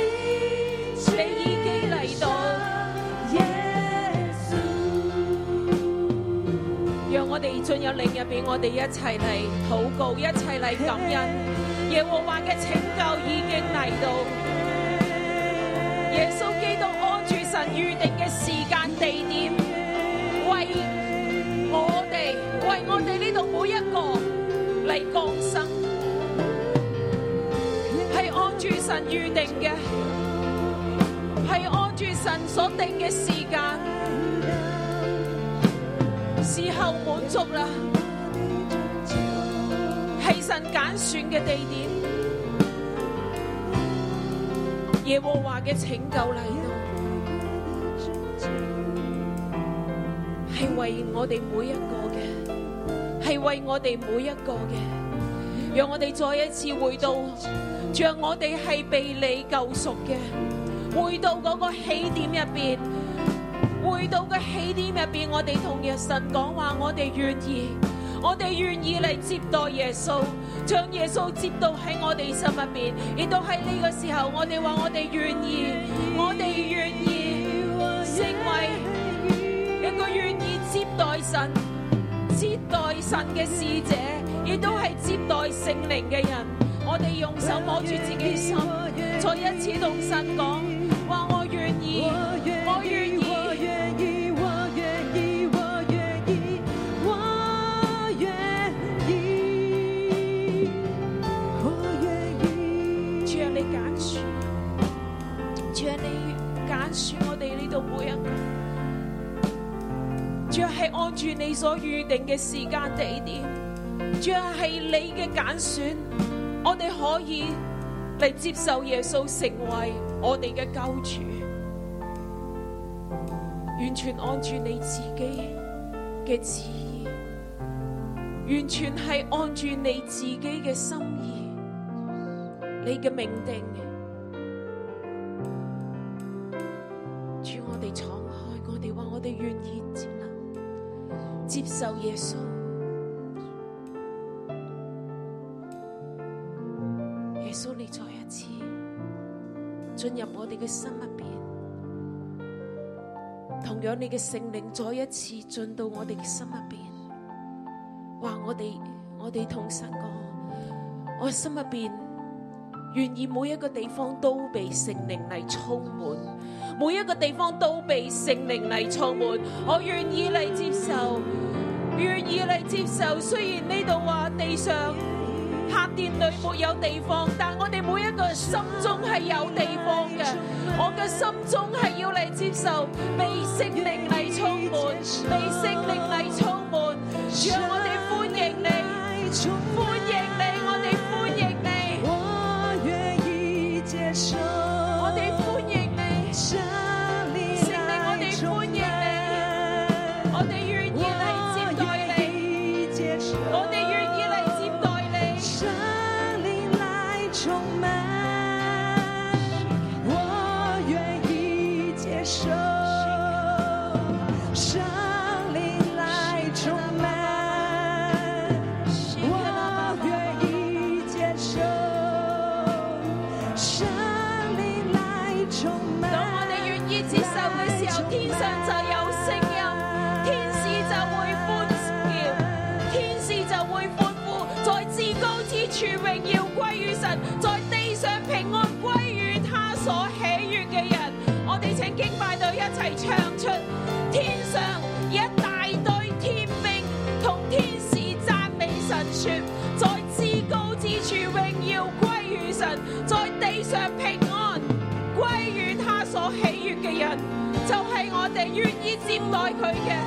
Speaker 5: 你已經嚟到，讓我哋進入靈入邊，我哋一齊嚟禱告，一齊嚟感恩。耶和華嘅拯救已經嚟到。耶穌基督按住神預定嘅時間地點，為我哋為我哋呢度每一個嚟降生，係按住神預定嘅，係按住神所定嘅時間，時候滿足啦，係神揀選嘅地點。耶和華嘅拯救嚟到，係為我哋每一個嘅，係為我哋每一個嘅。讓我哋再一次回到，像我哋係被你救贖嘅，回到嗰個起點入邊，回到個起點入邊，我哋同神講話，我哋願意，我哋願意嚟接待耶穌。將耶穌接到喺我哋心入邊，亦都喺呢個時候，我哋話我哋願意，我哋願意成為一個願意接待神、接待神嘅使者，亦都係接待聖靈嘅人。我哋用手摸住自己心，再一次同神講：話我願意，我願意。主啊，你揀選，主啊，你揀選我哋呢度每一個，主啊，係按住你所預定嘅時間地點，主啊，係你嘅揀選，我哋可以嚟接受耶穌成為我哋嘅救主，完全按住你自己嘅旨意，完全係按住你自己嘅心意。你嘅命定。主，我哋敞開，我哋話我哋願意接納、接受耶穌。耶穌，你再一次進入我哋嘅心入邊，同樣你嘅聖靈再一次進到我哋嘅心入邊，話我哋我哋同神講，我心入邊。願意每一個地方都被聖靈嚟充滿，每一個地方都被聖靈嚟充滿。我願意嚟接受，願意嚟接受。雖然呢度話地上客店裏沒有地方，但我哋每一個人心中係有地方嘅。我嘅心中係要嚟接受，被聖靈嚟充滿，被聖靈嚟充滿。讓我哋歡迎你，歡迎你，我哋歡迎你。我哋歡迎你，聖靈，我哋歡迎你，我哋願意嚟接待你，我哋願意嚟接待你。當我哋願意接受嘅時候，天上就有聲音，天使就會歡叫，天使就會歡呼，在至高之處榮耀歸於神，在地上平安歸於他所喜悅嘅人。我哋請敬拜隊一齊唱出，天上一大堆天兵同天使讚美神說，在至高之處榮耀歸於神，在地上平安。歸於他所喜悅嘅人，就係、我哋願意接待佢嘅，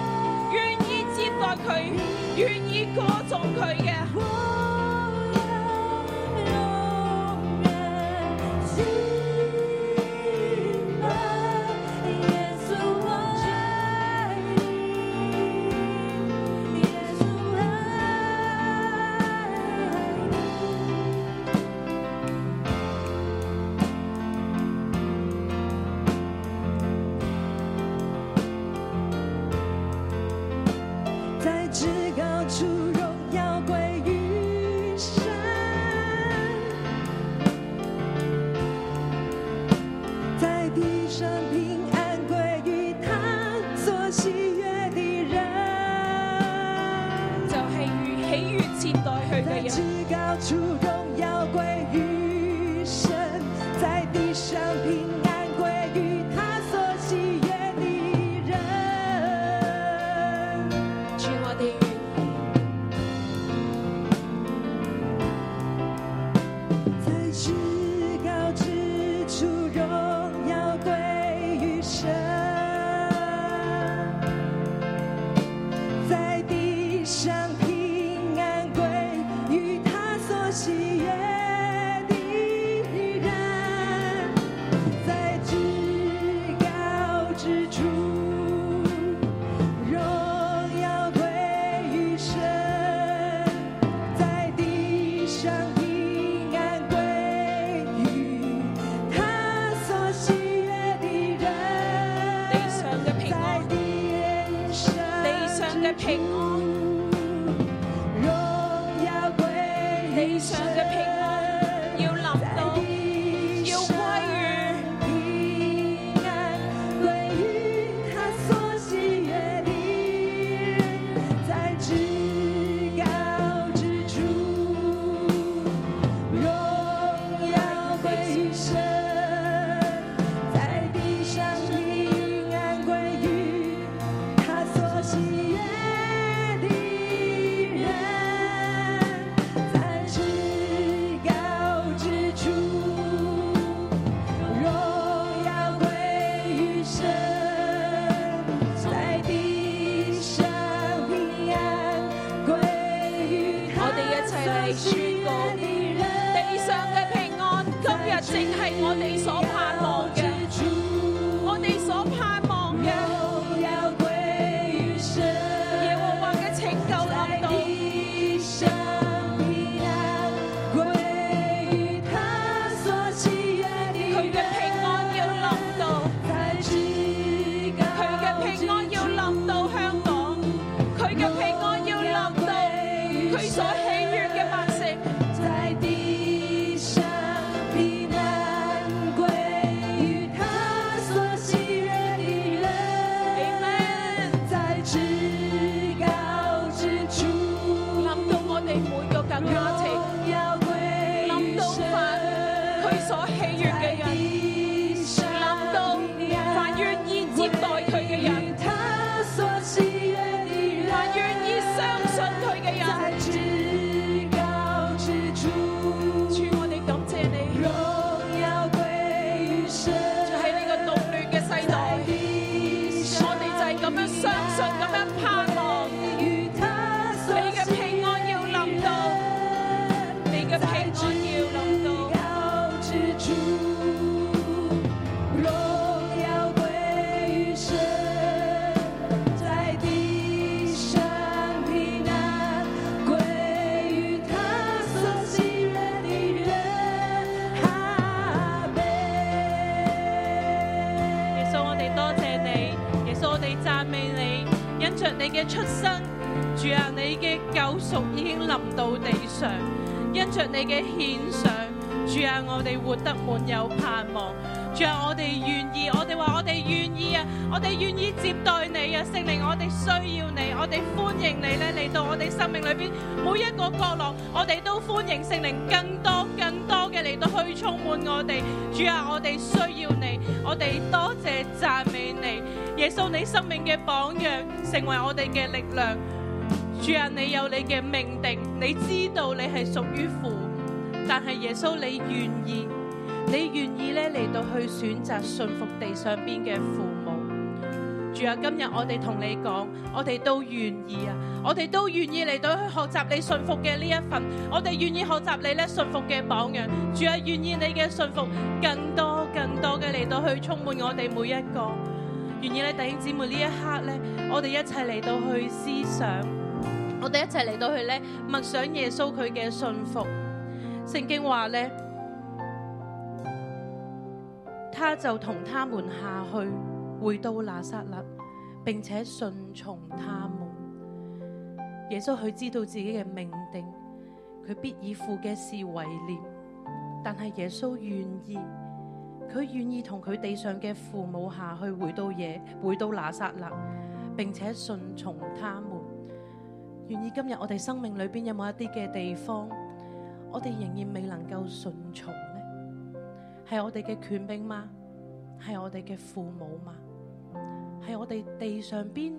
Speaker 5: 願意接待佢，願意歌頌佢嘅。
Speaker 4: 主荣耀归于神，在地上平安归于他所喜悦的人。
Speaker 5: 主我哋愿意，
Speaker 4: 在至高之处，荣耀归于神；在地上平安归于他所喜悦的人。在至高之处，荣耀归于神；在地上平安归于他所喜悦的人。
Speaker 5: 地上嘅平安，地上嘅平安，地上嘅平安要臨到，要歸於。
Speaker 4: 在地上平安归于他所喜悦的人，在至高之处，荣耀归于神，在地上平安归于他
Speaker 5: 我哋一齊嚟
Speaker 4: 所喜
Speaker 5: 宣
Speaker 4: 悦
Speaker 5: 告
Speaker 4: 的人。
Speaker 5: 地上嘅平安，今日正係我哋所盼望嘅，我哋所盼望嘅，
Speaker 4: 荣耀归于神，
Speaker 5: 耶和華嘅拯救臨
Speaker 4: 在
Speaker 5: 到，
Speaker 4: 地上平安归于他所喜悦的
Speaker 5: 佢嘅平安要臨
Speaker 4: 人，
Speaker 5: 到，
Speaker 4: 在至
Speaker 5: 佢
Speaker 4: 高
Speaker 5: 嘅
Speaker 4: 之
Speaker 5: 平安要
Speaker 4: 处
Speaker 5: 臨到香港，佢嘅平安要臨到佢所喜悦嘅百姓，
Speaker 4: 在地上平安归于他所喜悦的人，在至高之处，
Speaker 5: 臨到我哋每個嘅家庭，
Speaker 4: 荣耀归
Speaker 5: 臨
Speaker 4: 于
Speaker 5: 到
Speaker 4: 神，
Speaker 5: 凡佢所喜悦嘅
Speaker 4: 在
Speaker 5: 人，
Speaker 4: 地上
Speaker 5: 臨到凡願意接待佢嘅人，
Speaker 4: 他所喜悦的人，
Speaker 5: 凡願意相信佢嘅人。
Speaker 4: 在至高之处。
Speaker 5: 主，我哋感謝你，
Speaker 4: 荣耀归于神，
Speaker 5: 喺呢個動亂嘅世代，我哋就係咁樣相信，咁樣盼望，
Speaker 4: 与他所
Speaker 5: 你嘅平安要臨到，你嘅平安要臨到，
Speaker 4: 高之处。荣耀归于神，在地上平安归于他所喜悦的人。哈利。
Speaker 6: 耶稣，我哋多谢你，耶稣，我哋赞美你，因着你嘅出生，主啊，你嘅救赎已经临到地上，因着你嘅献上，主啊，我哋活得满有盼望，主啊，我哋愿意，我哋话我哋愿意啊，我哋愿意接待你啊，圣灵，我哋需要你，我哋欢迎你咧嚟到我哋生命里边每一个角落，我哋都欢迎圣灵更多更多嘅嚟到去充满我哋，主啊，我哋需要你。我哋多谢赞美你，耶稣你生命嘅榜样，成为我哋嘅力量。主啊，你有你嘅命定，你知道你系属于父，但系耶稣你愿意，你愿意咧嚟到去选择信服地上边嘅父母。主啊，今日我哋同你讲，我哋都愿意啊，我哋都愿意嚟到去学习你信服嘅呢一份，我哋愿意学习你咧信服嘅榜样。主啊，愿意你嘅信服更多更多嘅嚟到去充滿我哋每一個。願意咧，弟兄姊妹呢一刻咧，我哋一齊嚟到去思想，我哋一齊嚟到去咧默想耶穌佢嘅信服。聖經話咧，他就同他們下去，回到拿撒勒，並且順從他們。耶穌佢知道自己嘅命定，佢必以父嘅事為念。但係耶穌願意，佢願意同佢地上嘅父母下去，回到耶，回到拿撒勒，並且順從他們。願意今日我哋生命裏邊有冇一啲嘅地方，我哋仍然未能夠順從呢？係我哋嘅權柄嗎？係我哋嘅父母嗎？係我哋地上邊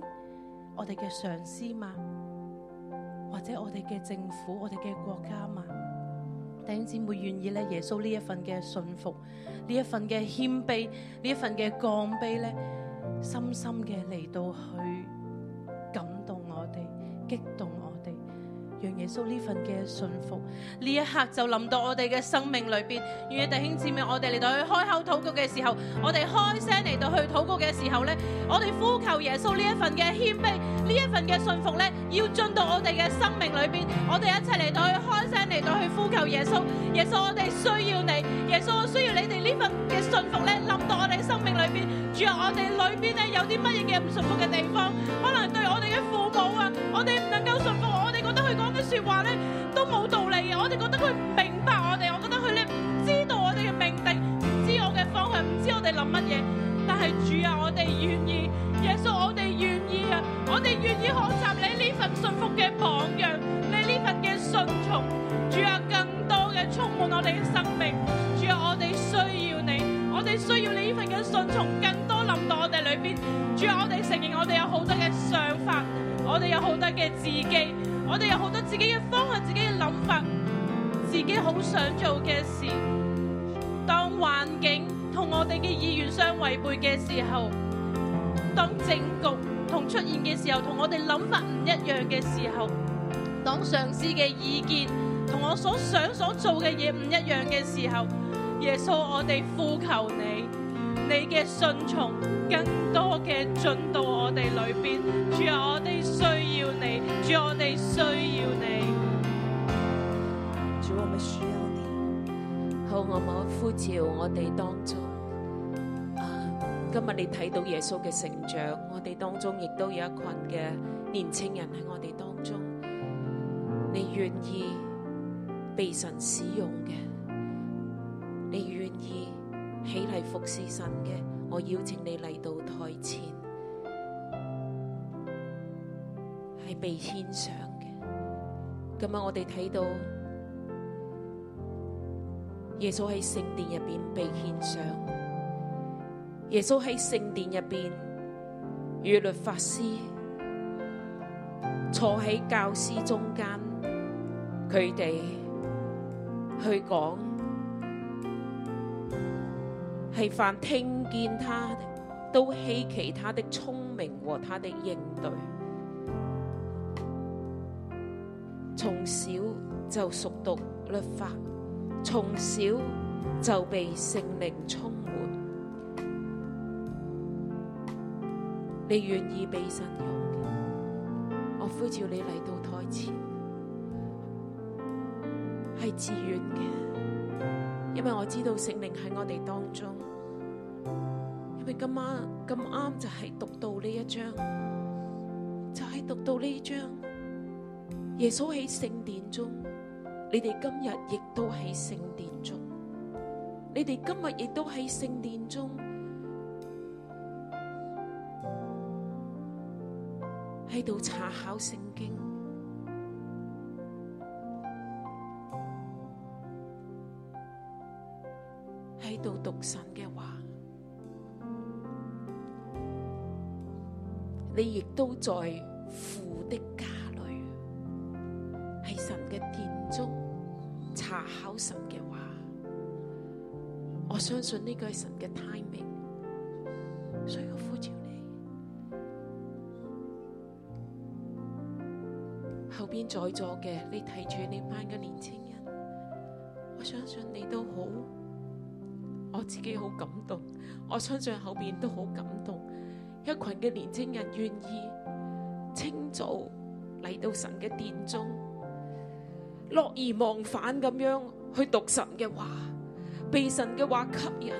Speaker 6: 我哋嘅上司嗎？或者我哋嘅政府、我哋嘅國家嗎？弟兄姊妹願意咧，耶穌呢一份嘅信服，呢一份嘅謙卑，呢一份嘅降卑咧，深深嘅嚟到去感動我哋，激動我哋，讓耶穌呢份嘅信服，呢一刻就臨到我哋嘅生命裏邊。願意弟兄姊妹，我哋嚟到去開口禱告嘅時候，我哋開聲嚟到去禱告嘅時候咧，我哋呼求耶穌呢一份嘅謙卑，呢一份嘅信服咧，要進到我哋嘅生命裏邊。我哋一齊嚟到去開聲嚟到去呼求耶穌，耶穌我哋需要你，耶穌我需要你哋呢份嘅信服咧，臨到我哋生命裏邊。主啊，我哋裏邊咧有啲乜嘢嘅唔信服嘅地方，可能對我哋嘅父母啊，我哋唔能夠信服，我哋覺得佢講嘅說話咧都冇道理啊嘅，我哋覺得佢唔明白我哋，我覺得佢咧唔知道我哋嘅命定，唔知我嘅方向，唔知我哋諗乜嘢。但係主啊，我哋願意，耶穌，我哋願意啊，我哋願意學習你呢份信服嘅榜樣，你呢份嘅順從。主啊，更多嘅充滿我哋嘅生命。主啊，我哋需要你，我哋需要你呢份嘅順從，更多臨到我哋裏邊。主啊，我哋承認我哋有好多嘅想法，我哋有好多嘅自己，我哋有好多自己嘅方向、自己嘅諗法。自己好想做嘅事，當環境同我哋嘅意願相違背嘅時候，當政局同出現嘅時候，同我哋諗法唔一樣嘅時候，當上司嘅意見同我所想所做嘅嘢唔一樣嘅時候，耶穌，我哋呼求你，你嘅順從更多嘅進到我哋裏邊，主啊，我哋需要你，主啊，我哋需要你。
Speaker 7: 主，我们需要你。
Speaker 8: 好，我冇呼召我哋當中啊，今日你睇到耶穌嘅成長，我哋當中亦都有一群嘅年青人喺我哋當中，你願意被神使用嘅，你願意起嚟服侍神嘅，我邀請你嚟到台前，係被獻上嘅。今日我哋睇到。耶穌喺聖殿入邊被獻上，耶穌喺聖殿入邊與律法師坐喺教師中間，佢哋去講係凡聽見他的都稀奇他的聰明和他的應對，從小就熟讀律法。從小就被聖靈充滿，你願意被神用嘅，我呼召你嚟到台前，係自願嘅，因為我知道聖靈喺我哋當中，因為今晚咁啱就係讀到呢一章，就係、讀到呢一章，耶穌喺聖殿中。你哋今日亦都喺聖殿中，你哋今日亦都喺聖殿中，喺度查考聖經。喺度讀神嘅話，你亦都在父的家裏。喺神嘅殿中查考神嘅話，我相信呢個係神嘅 timing，所以我呼召你。後邊在座嘅，你睇住呢班嘅年青人，我相信你都好，我自己好感動，我相信後邊都好感動，一群嘅年青人願意清早嚟到神嘅殿中。樂而忘返咁樣去讀神嘅話，被神嘅話吸引，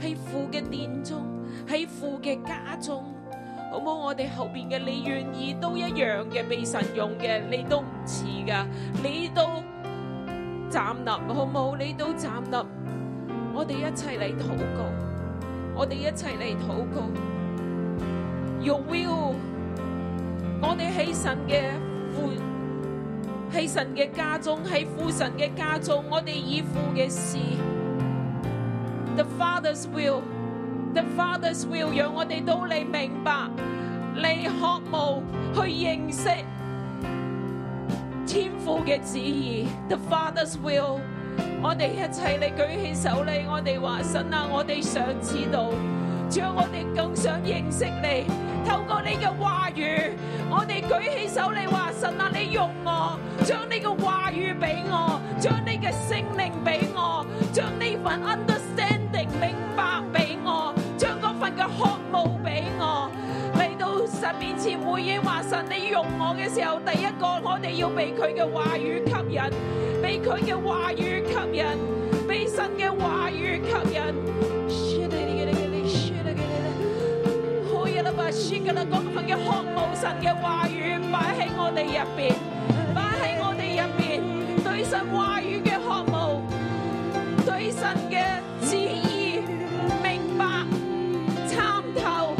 Speaker 8: 喺父嘅殿中，喺父嘅家中，好唔好？我哋後邊嘅你願意都一樣嘅被神用嘅，你都唔似噶，你都站立，好唔好？你都站立，我哋一齊嚟禱告，我哋一齊嚟禱告，Your will，我哋喺神嘅父。
Speaker 5: 喺神嘅家中，喺父神嘅家中，我哋以父嘅事，the Father's will，the Father's will，让我哋都嚟明白，嚟渴慕，去認識天父嘅旨意，the Father's will。我哋一齊嚟舉起手嚟，我哋話神啊，我哋想知道，將我哋更想認識你，透過你嘅話語，我哋舉起手嚟話神啊，你用我，將你嘅話語俾我，將你嘅聖靈俾我，將呢份 understanding 明白俾我，將嗰份嘅渴慕俾我。嚟到神面前回應話神，你用我嘅時候，第一個我哋要被佢嘅話語吸引，被佢嘅話語吸引，被神嘅話語吸引。好嘢啦，把書噶啦，嗰份嘅渴慕神嘅話語擺喺我哋入邊，擺喺我哋入邊，對神話語嘅渴慕，對神嘅旨意明白參透。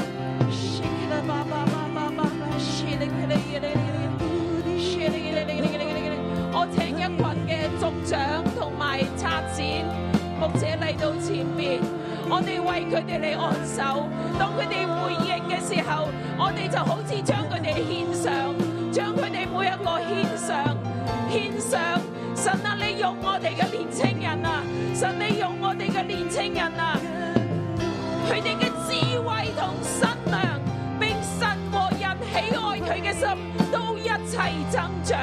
Speaker 5: 我請一群嘅族長同埋策展牧者嚟到前面，我哋為佢哋嚟按手。當佢哋回應嘅時候，我哋就好似將佢哋獻上，將佢哋每一個獻上，獻上。神啊，你用我哋嘅年青人啊！神，你用我哋嘅年青人啊！佢哋嘅智慧同新量，並神和人喜愛佢嘅心都一齊增長。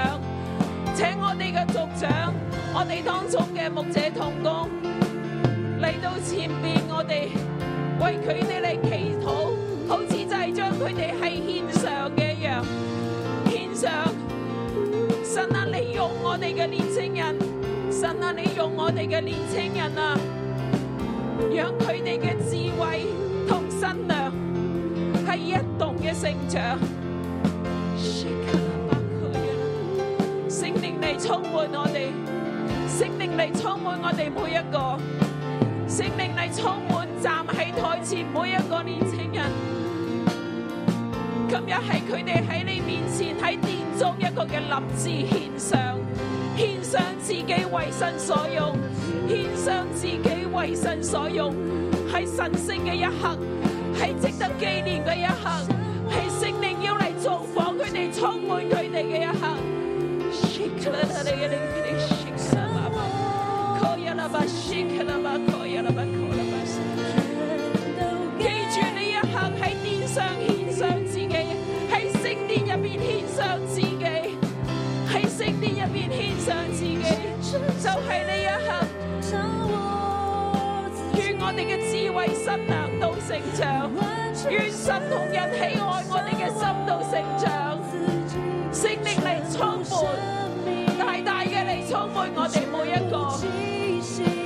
Speaker 5: 請我哋嘅族長，我哋當中嘅牧者同工嚟到前面，我哋為佢哋嚟祈禱，好似就係將佢哋係獻上嘅一樣，獻上。神啊，你用我哋嘅年青人，神啊，你用我哋嘅年青人啊！让佢哋嘅智慧同新娘係一同嘅成長。聖靈嚟充滿我哋，聖靈嚟充滿我哋每一個，聖靈嚟充滿站喺台前每一個年青人。今日係佢哋喺你面前喺殿中一個嘅立志獻上，獻上自己為神所用，獻上自己為神所用，係神聖嘅一刻，係值得紀念嘅一刻，係聖靈要嚟造訪佢哋，充滿佢哋嘅一刻。記住呢一刻喺殿上獻上自己，喺聖殿入邊獻上自己，喺聖殿入邊獻上自己，就係呢一刻，願我哋嘅智慧新娘都成長，願神同人喜愛我哋嘅心都成長，聖靈嚟充滿，大大嘅嚟充滿我哋每一個，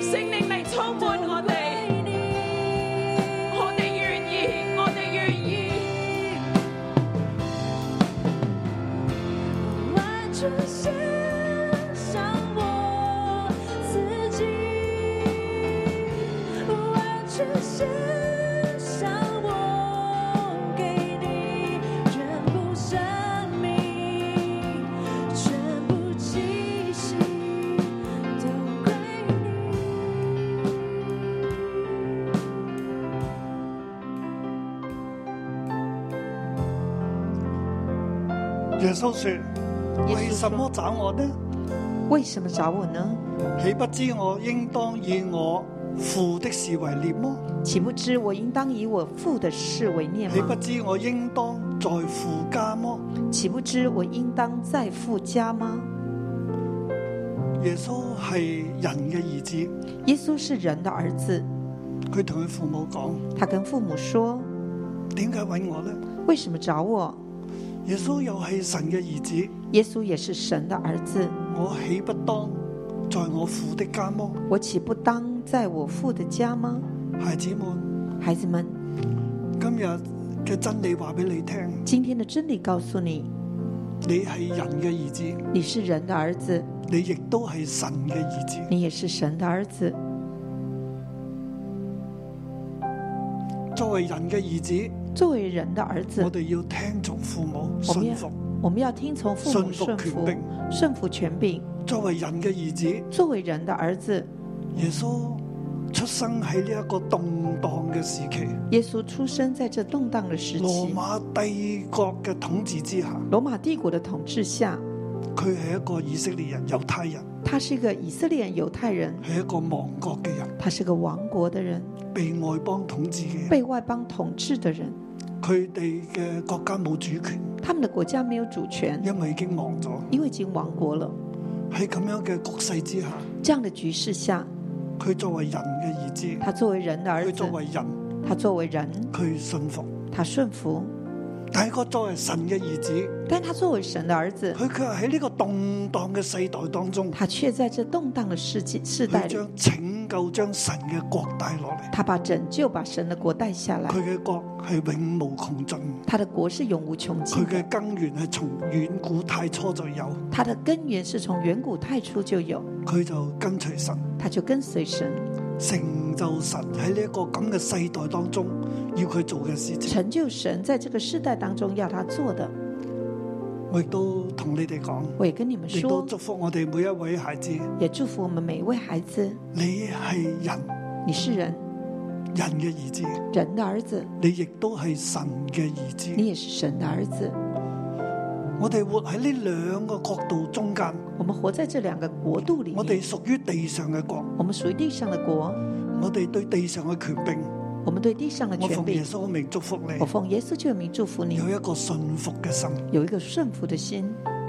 Speaker 5: 聖靈嚟充滿我哋。我哋願意，我哋願意。
Speaker 4: 完全献上我自己，完全献上我给你全部生命，全部气息都归你。
Speaker 2: 耶穌說：為什麼找我呢？
Speaker 3: 为什么找我呢？
Speaker 2: 岂不知我應當以我父的事為念麼？
Speaker 3: 岂不知我应当以我父的事为念
Speaker 2: 岂不
Speaker 3: 吗？
Speaker 2: 知我應當在父家麼？
Speaker 3: 岂不知我应当在父家吗？
Speaker 2: 耶穌係人嘅兒子，
Speaker 3: 耶稣是人的儿子，
Speaker 2: 佢同佢父母講：
Speaker 3: 他跟父母说
Speaker 2: 點解揾我呢？：“
Speaker 3: 为什么找我
Speaker 2: 耶穌又係神嘅兒子，？”
Speaker 3: 耶稣也是神的儿子，
Speaker 2: 我岂不當在我父的家麼？
Speaker 3: 我岂不当在我父的家吗？
Speaker 2: 孩子們，
Speaker 3: 孩子们，
Speaker 2: 今日嘅真理話俾你聽，
Speaker 3: 今天的真理告诉你，
Speaker 2: 你係人嘅兒子，
Speaker 3: 你是人的儿子，
Speaker 2: 你亦都係神嘅兒子。
Speaker 3: 你也是神的儿子。
Speaker 2: 作為人嘅兒子，
Speaker 3: 作为人的儿子
Speaker 2: 我，哋要聽從父母，
Speaker 3: 我们
Speaker 2: 信
Speaker 3: 要
Speaker 2: 服。
Speaker 3: 我们要听从父母
Speaker 2: 信
Speaker 3: 顺
Speaker 2: 服
Speaker 3: 服
Speaker 2: 權，柄。
Speaker 3: 顺服权柄。
Speaker 2: 作為人嘅兒子，
Speaker 3: 作为人的儿子，
Speaker 2: 耶穌出生喺呢一個動盪嘅時期，
Speaker 3: 耶稣出生在这动荡的时
Speaker 2: 羅
Speaker 3: 期，
Speaker 2: 馬帝國嘅統治之下，
Speaker 3: 罗马帝国的统治下，
Speaker 2: 佢係一個以色列人、猶太人，
Speaker 3: 他是一个以色列人、犹太人，
Speaker 2: 係一個亡國嘅人，
Speaker 3: 他是个亡国的人，
Speaker 2: 被外邦統治嘅人。
Speaker 3: 被外邦统治的人，
Speaker 2: 佢哋嘅國家冇主權，
Speaker 3: 他们的国家没有主权，
Speaker 2: 因為已經亡咗。
Speaker 3: 因为已经亡国了。
Speaker 2: 喺咁樣嘅局勢之下，
Speaker 3: 这样的局势下，
Speaker 2: 佢作為人嘅兒子，
Speaker 3: 他作为人的儿
Speaker 2: 佢
Speaker 3: 子
Speaker 2: 作，為人，
Speaker 3: 他作为人，
Speaker 2: 佢信服。
Speaker 3: 他顺服，
Speaker 2: 但係個作為神嘅兒子，
Speaker 3: 但他作为神的儿子，
Speaker 2: 佢卻喺呢個動盪嘅世代當中，
Speaker 3: 他却在这动荡的世界世
Speaker 2: 佢
Speaker 3: 代里，
Speaker 2: 將拯救、將神嘅國帶落嚟。
Speaker 3: 他把拯救、把神的国带下来
Speaker 2: 佢。嘅國係永無窮盡，
Speaker 3: 他的国是永无穷尽
Speaker 2: 佢
Speaker 3: 的
Speaker 2: 嘅，根源係從遠古太初就有，
Speaker 3: 他的根源是从远古太初就有，
Speaker 2: 佢就跟隨神，
Speaker 3: 他就跟随神，
Speaker 2: 成就神喺呢一個咁嘅世代當中要佢做嘅事情。
Speaker 3: 成就神在这个世代当中要他做的。
Speaker 2: 我亦都同你哋講，
Speaker 3: 我也跟你们
Speaker 2: 亦都
Speaker 3: 说，
Speaker 2: 祝福我哋每一位孩子，
Speaker 3: 也祝福我们每一位孩子，
Speaker 2: 你係人
Speaker 3: 你是人，
Speaker 2: 人嘅兒子，
Speaker 3: 人的儿子，
Speaker 2: 你亦都係神嘅兒子。
Speaker 3: 你也是神的儿子。
Speaker 2: 我哋活喺呢兩個國度中間，
Speaker 3: 我们活在这两个国度里
Speaker 2: 我
Speaker 3: 面
Speaker 2: 哋，屬於地上嘅國，
Speaker 3: 我们属于地上的国，
Speaker 2: 我哋對地上嘅權柄，
Speaker 3: 我们对地上的
Speaker 2: 我
Speaker 3: 权
Speaker 2: 奉耶
Speaker 3: 柄。
Speaker 2: 穌嘅名祝福
Speaker 3: 我
Speaker 2: 你，
Speaker 3: 奉耶稣救名祝福你
Speaker 2: 有，一個信服嘅心。
Speaker 3: 有一个顺服的心。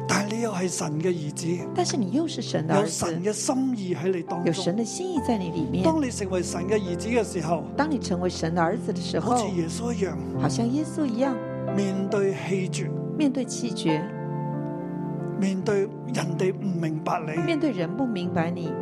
Speaker 2: 但系你又係神嘅兒子，
Speaker 3: 但是你又是神的
Speaker 2: 有
Speaker 3: 儿
Speaker 2: 神
Speaker 3: 子，
Speaker 2: 嘅心意喺你當
Speaker 3: 有
Speaker 2: 中
Speaker 3: 神。的心意在你里面。
Speaker 2: 當你成為神嘅兒子嘅時候，
Speaker 3: 当你成为神的儿子的时
Speaker 2: 好似
Speaker 3: 候，
Speaker 2: 耶穌一樣，
Speaker 3: 好像耶稣一样，
Speaker 2: 面對氣絕，
Speaker 3: 面对气绝，
Speaker 2: 面對人哋唔明白你，
Speaker 3: 面对人不明白你，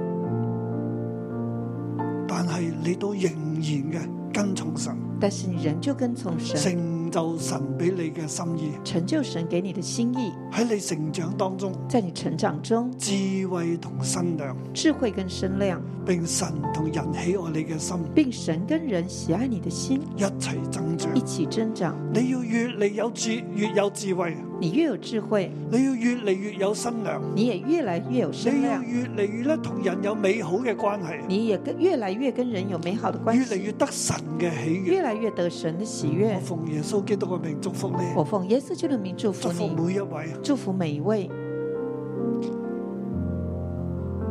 Speaker 2: 但係你都仍然嘅跟從神，
Speaker 3: 但是你仍旧跟从神，
Speaker 2: 成就神俾你嘅心意。
Speaker 3: 成就神给你的心意。
Speaker 2: 喺你成長當中，
Speaker 3: 在你成长中，
Speaker 2: 智慧同身量，
Speaker 3: 智慧跟身量，
Speaker 2: 並神同人喜愛你嘅心
Speaker 3: 并神跟人喜爱你的心
Speaker 2: 一齊增長
Speaker 3: 一。起增长。
Speaker 2: 你要越嚟有智，越有智慧；
Speaker 3: 你越有智慧，
Speaker 2: 你要越嚟越有身量。
Speaker 3: 你也越来越有
Speaker 2: 你
Speaker 3: 身
Speaker 2: 要
Speaker 3: 量，
Speaker 2: 越嚟越咧同人有美好嘅關係，
Speaker 3: 你也跟越来越跟人有美好的关
Speaker 2: 越嚟
Speaker 3: 系，
Speaker 2: 越得神嘅喜
Speaker 3: 越嗯
Speaker 2: 悦。
Speaker 3: 来越得神的喜
Speaker 2: 我
Speaker 3: 悦。
Speaker 2: 奉耶穌基督嘅名祝福你，
Speaker 3: 我奉耶稣基督的名祝
Speaker 2: 祝
Speaker 3: 福
Speaker 2: 福
Speaker 3: 你，
Speaker 2: 每一位。
Speaker 3: 祝福每一位。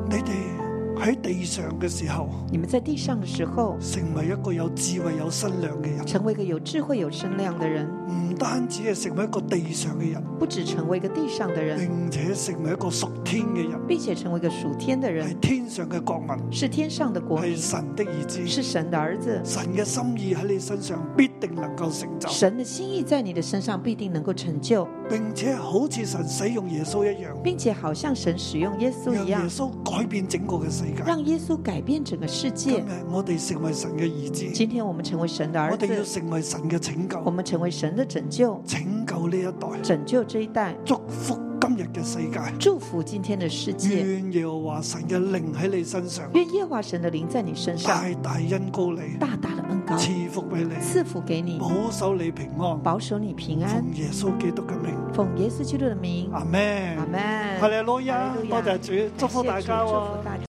Speaker 2: 你哋喺地上嘅時候，
Speaker 3: 你们在地上的时候，
Speaker 2: 成為一個有智慧、有身量嘅人，
Speaker 3: 成为一个有智慧、有身量的人，
Speaker 2: 唔單止係成為一個地上嘅人，
Speaker 3: 不只成為一个地上的人，
Speaker 2: 並且成為一個屬天嘅人，
Speaker 3: 并且成为一个属天的人，
Speaker 2: 係天上嘅國民，
Speaker 3: 是天上的国民
Speaker 2: 係，神的兒子。
Speaker 3: 是神的儿子。
Speaker 2: 神嘅心意喺你身上必定能夠成就，
Speaker 3: 神的心意在你的身上必定能够成就，
Speaker 2: 並且好似神使用耶穌一樣，
Speaker 3: 并且好像神使用耶稣
Speaker 2: 讓
Speaker 3: 一
Speaker 2: 耶
Speaker 3: 样，
Speaker 2: 穌改變整個嘅世界。
Speaker 3: 让耶稣改变整个世
Speaker 2: 今
Speaker 3: 界。
Speaker 2: 日我哋成為神嘅兒子，
Speaker 3: 今天我们成为神的
Speaker 2: 我
Speaker 3: 儿
Speaker 2: 哋要
Speaker 3: 子，
Speaker 2: 成為神嘅拯
Speaker 3: 我
Speaker 2: 救，
Speaker 3: 们成为神的拯救，
Speaker 2: 拯救呢一代，
Speaker 3: 拯救这一代，
Speaker 2: 祝福今日嘅世界。
Speaker 3: 祝福今天的世界。
Speaker 2: 願耶和華神嘅靈喺你身上，
Speaker 3: 愿耶和华神的灵在你身上
Speaker 2: 大大恩高你，
Speaker 3: 大大的恩高，
Speaker 2: 賜福俾你，
Speaker 3: 赐福给你，
Speaker 2: 保守你平安。
Speaker 3: 保守你平安
Speaker 2: 奉。耶穌基督嘅名，
Speaker 3: 奉耶稣基督的名，
Speaker 2: 阿門。
Speaker 3: 阿门。
Speaker 2: 哦哈利路亞
Speaker 3: 哈利路亞
Speaker 2: 多謝主，祝福大家
Speaker 3: 感谢主祝
Speaker 2: 喎
Speaker 3: 福。大家。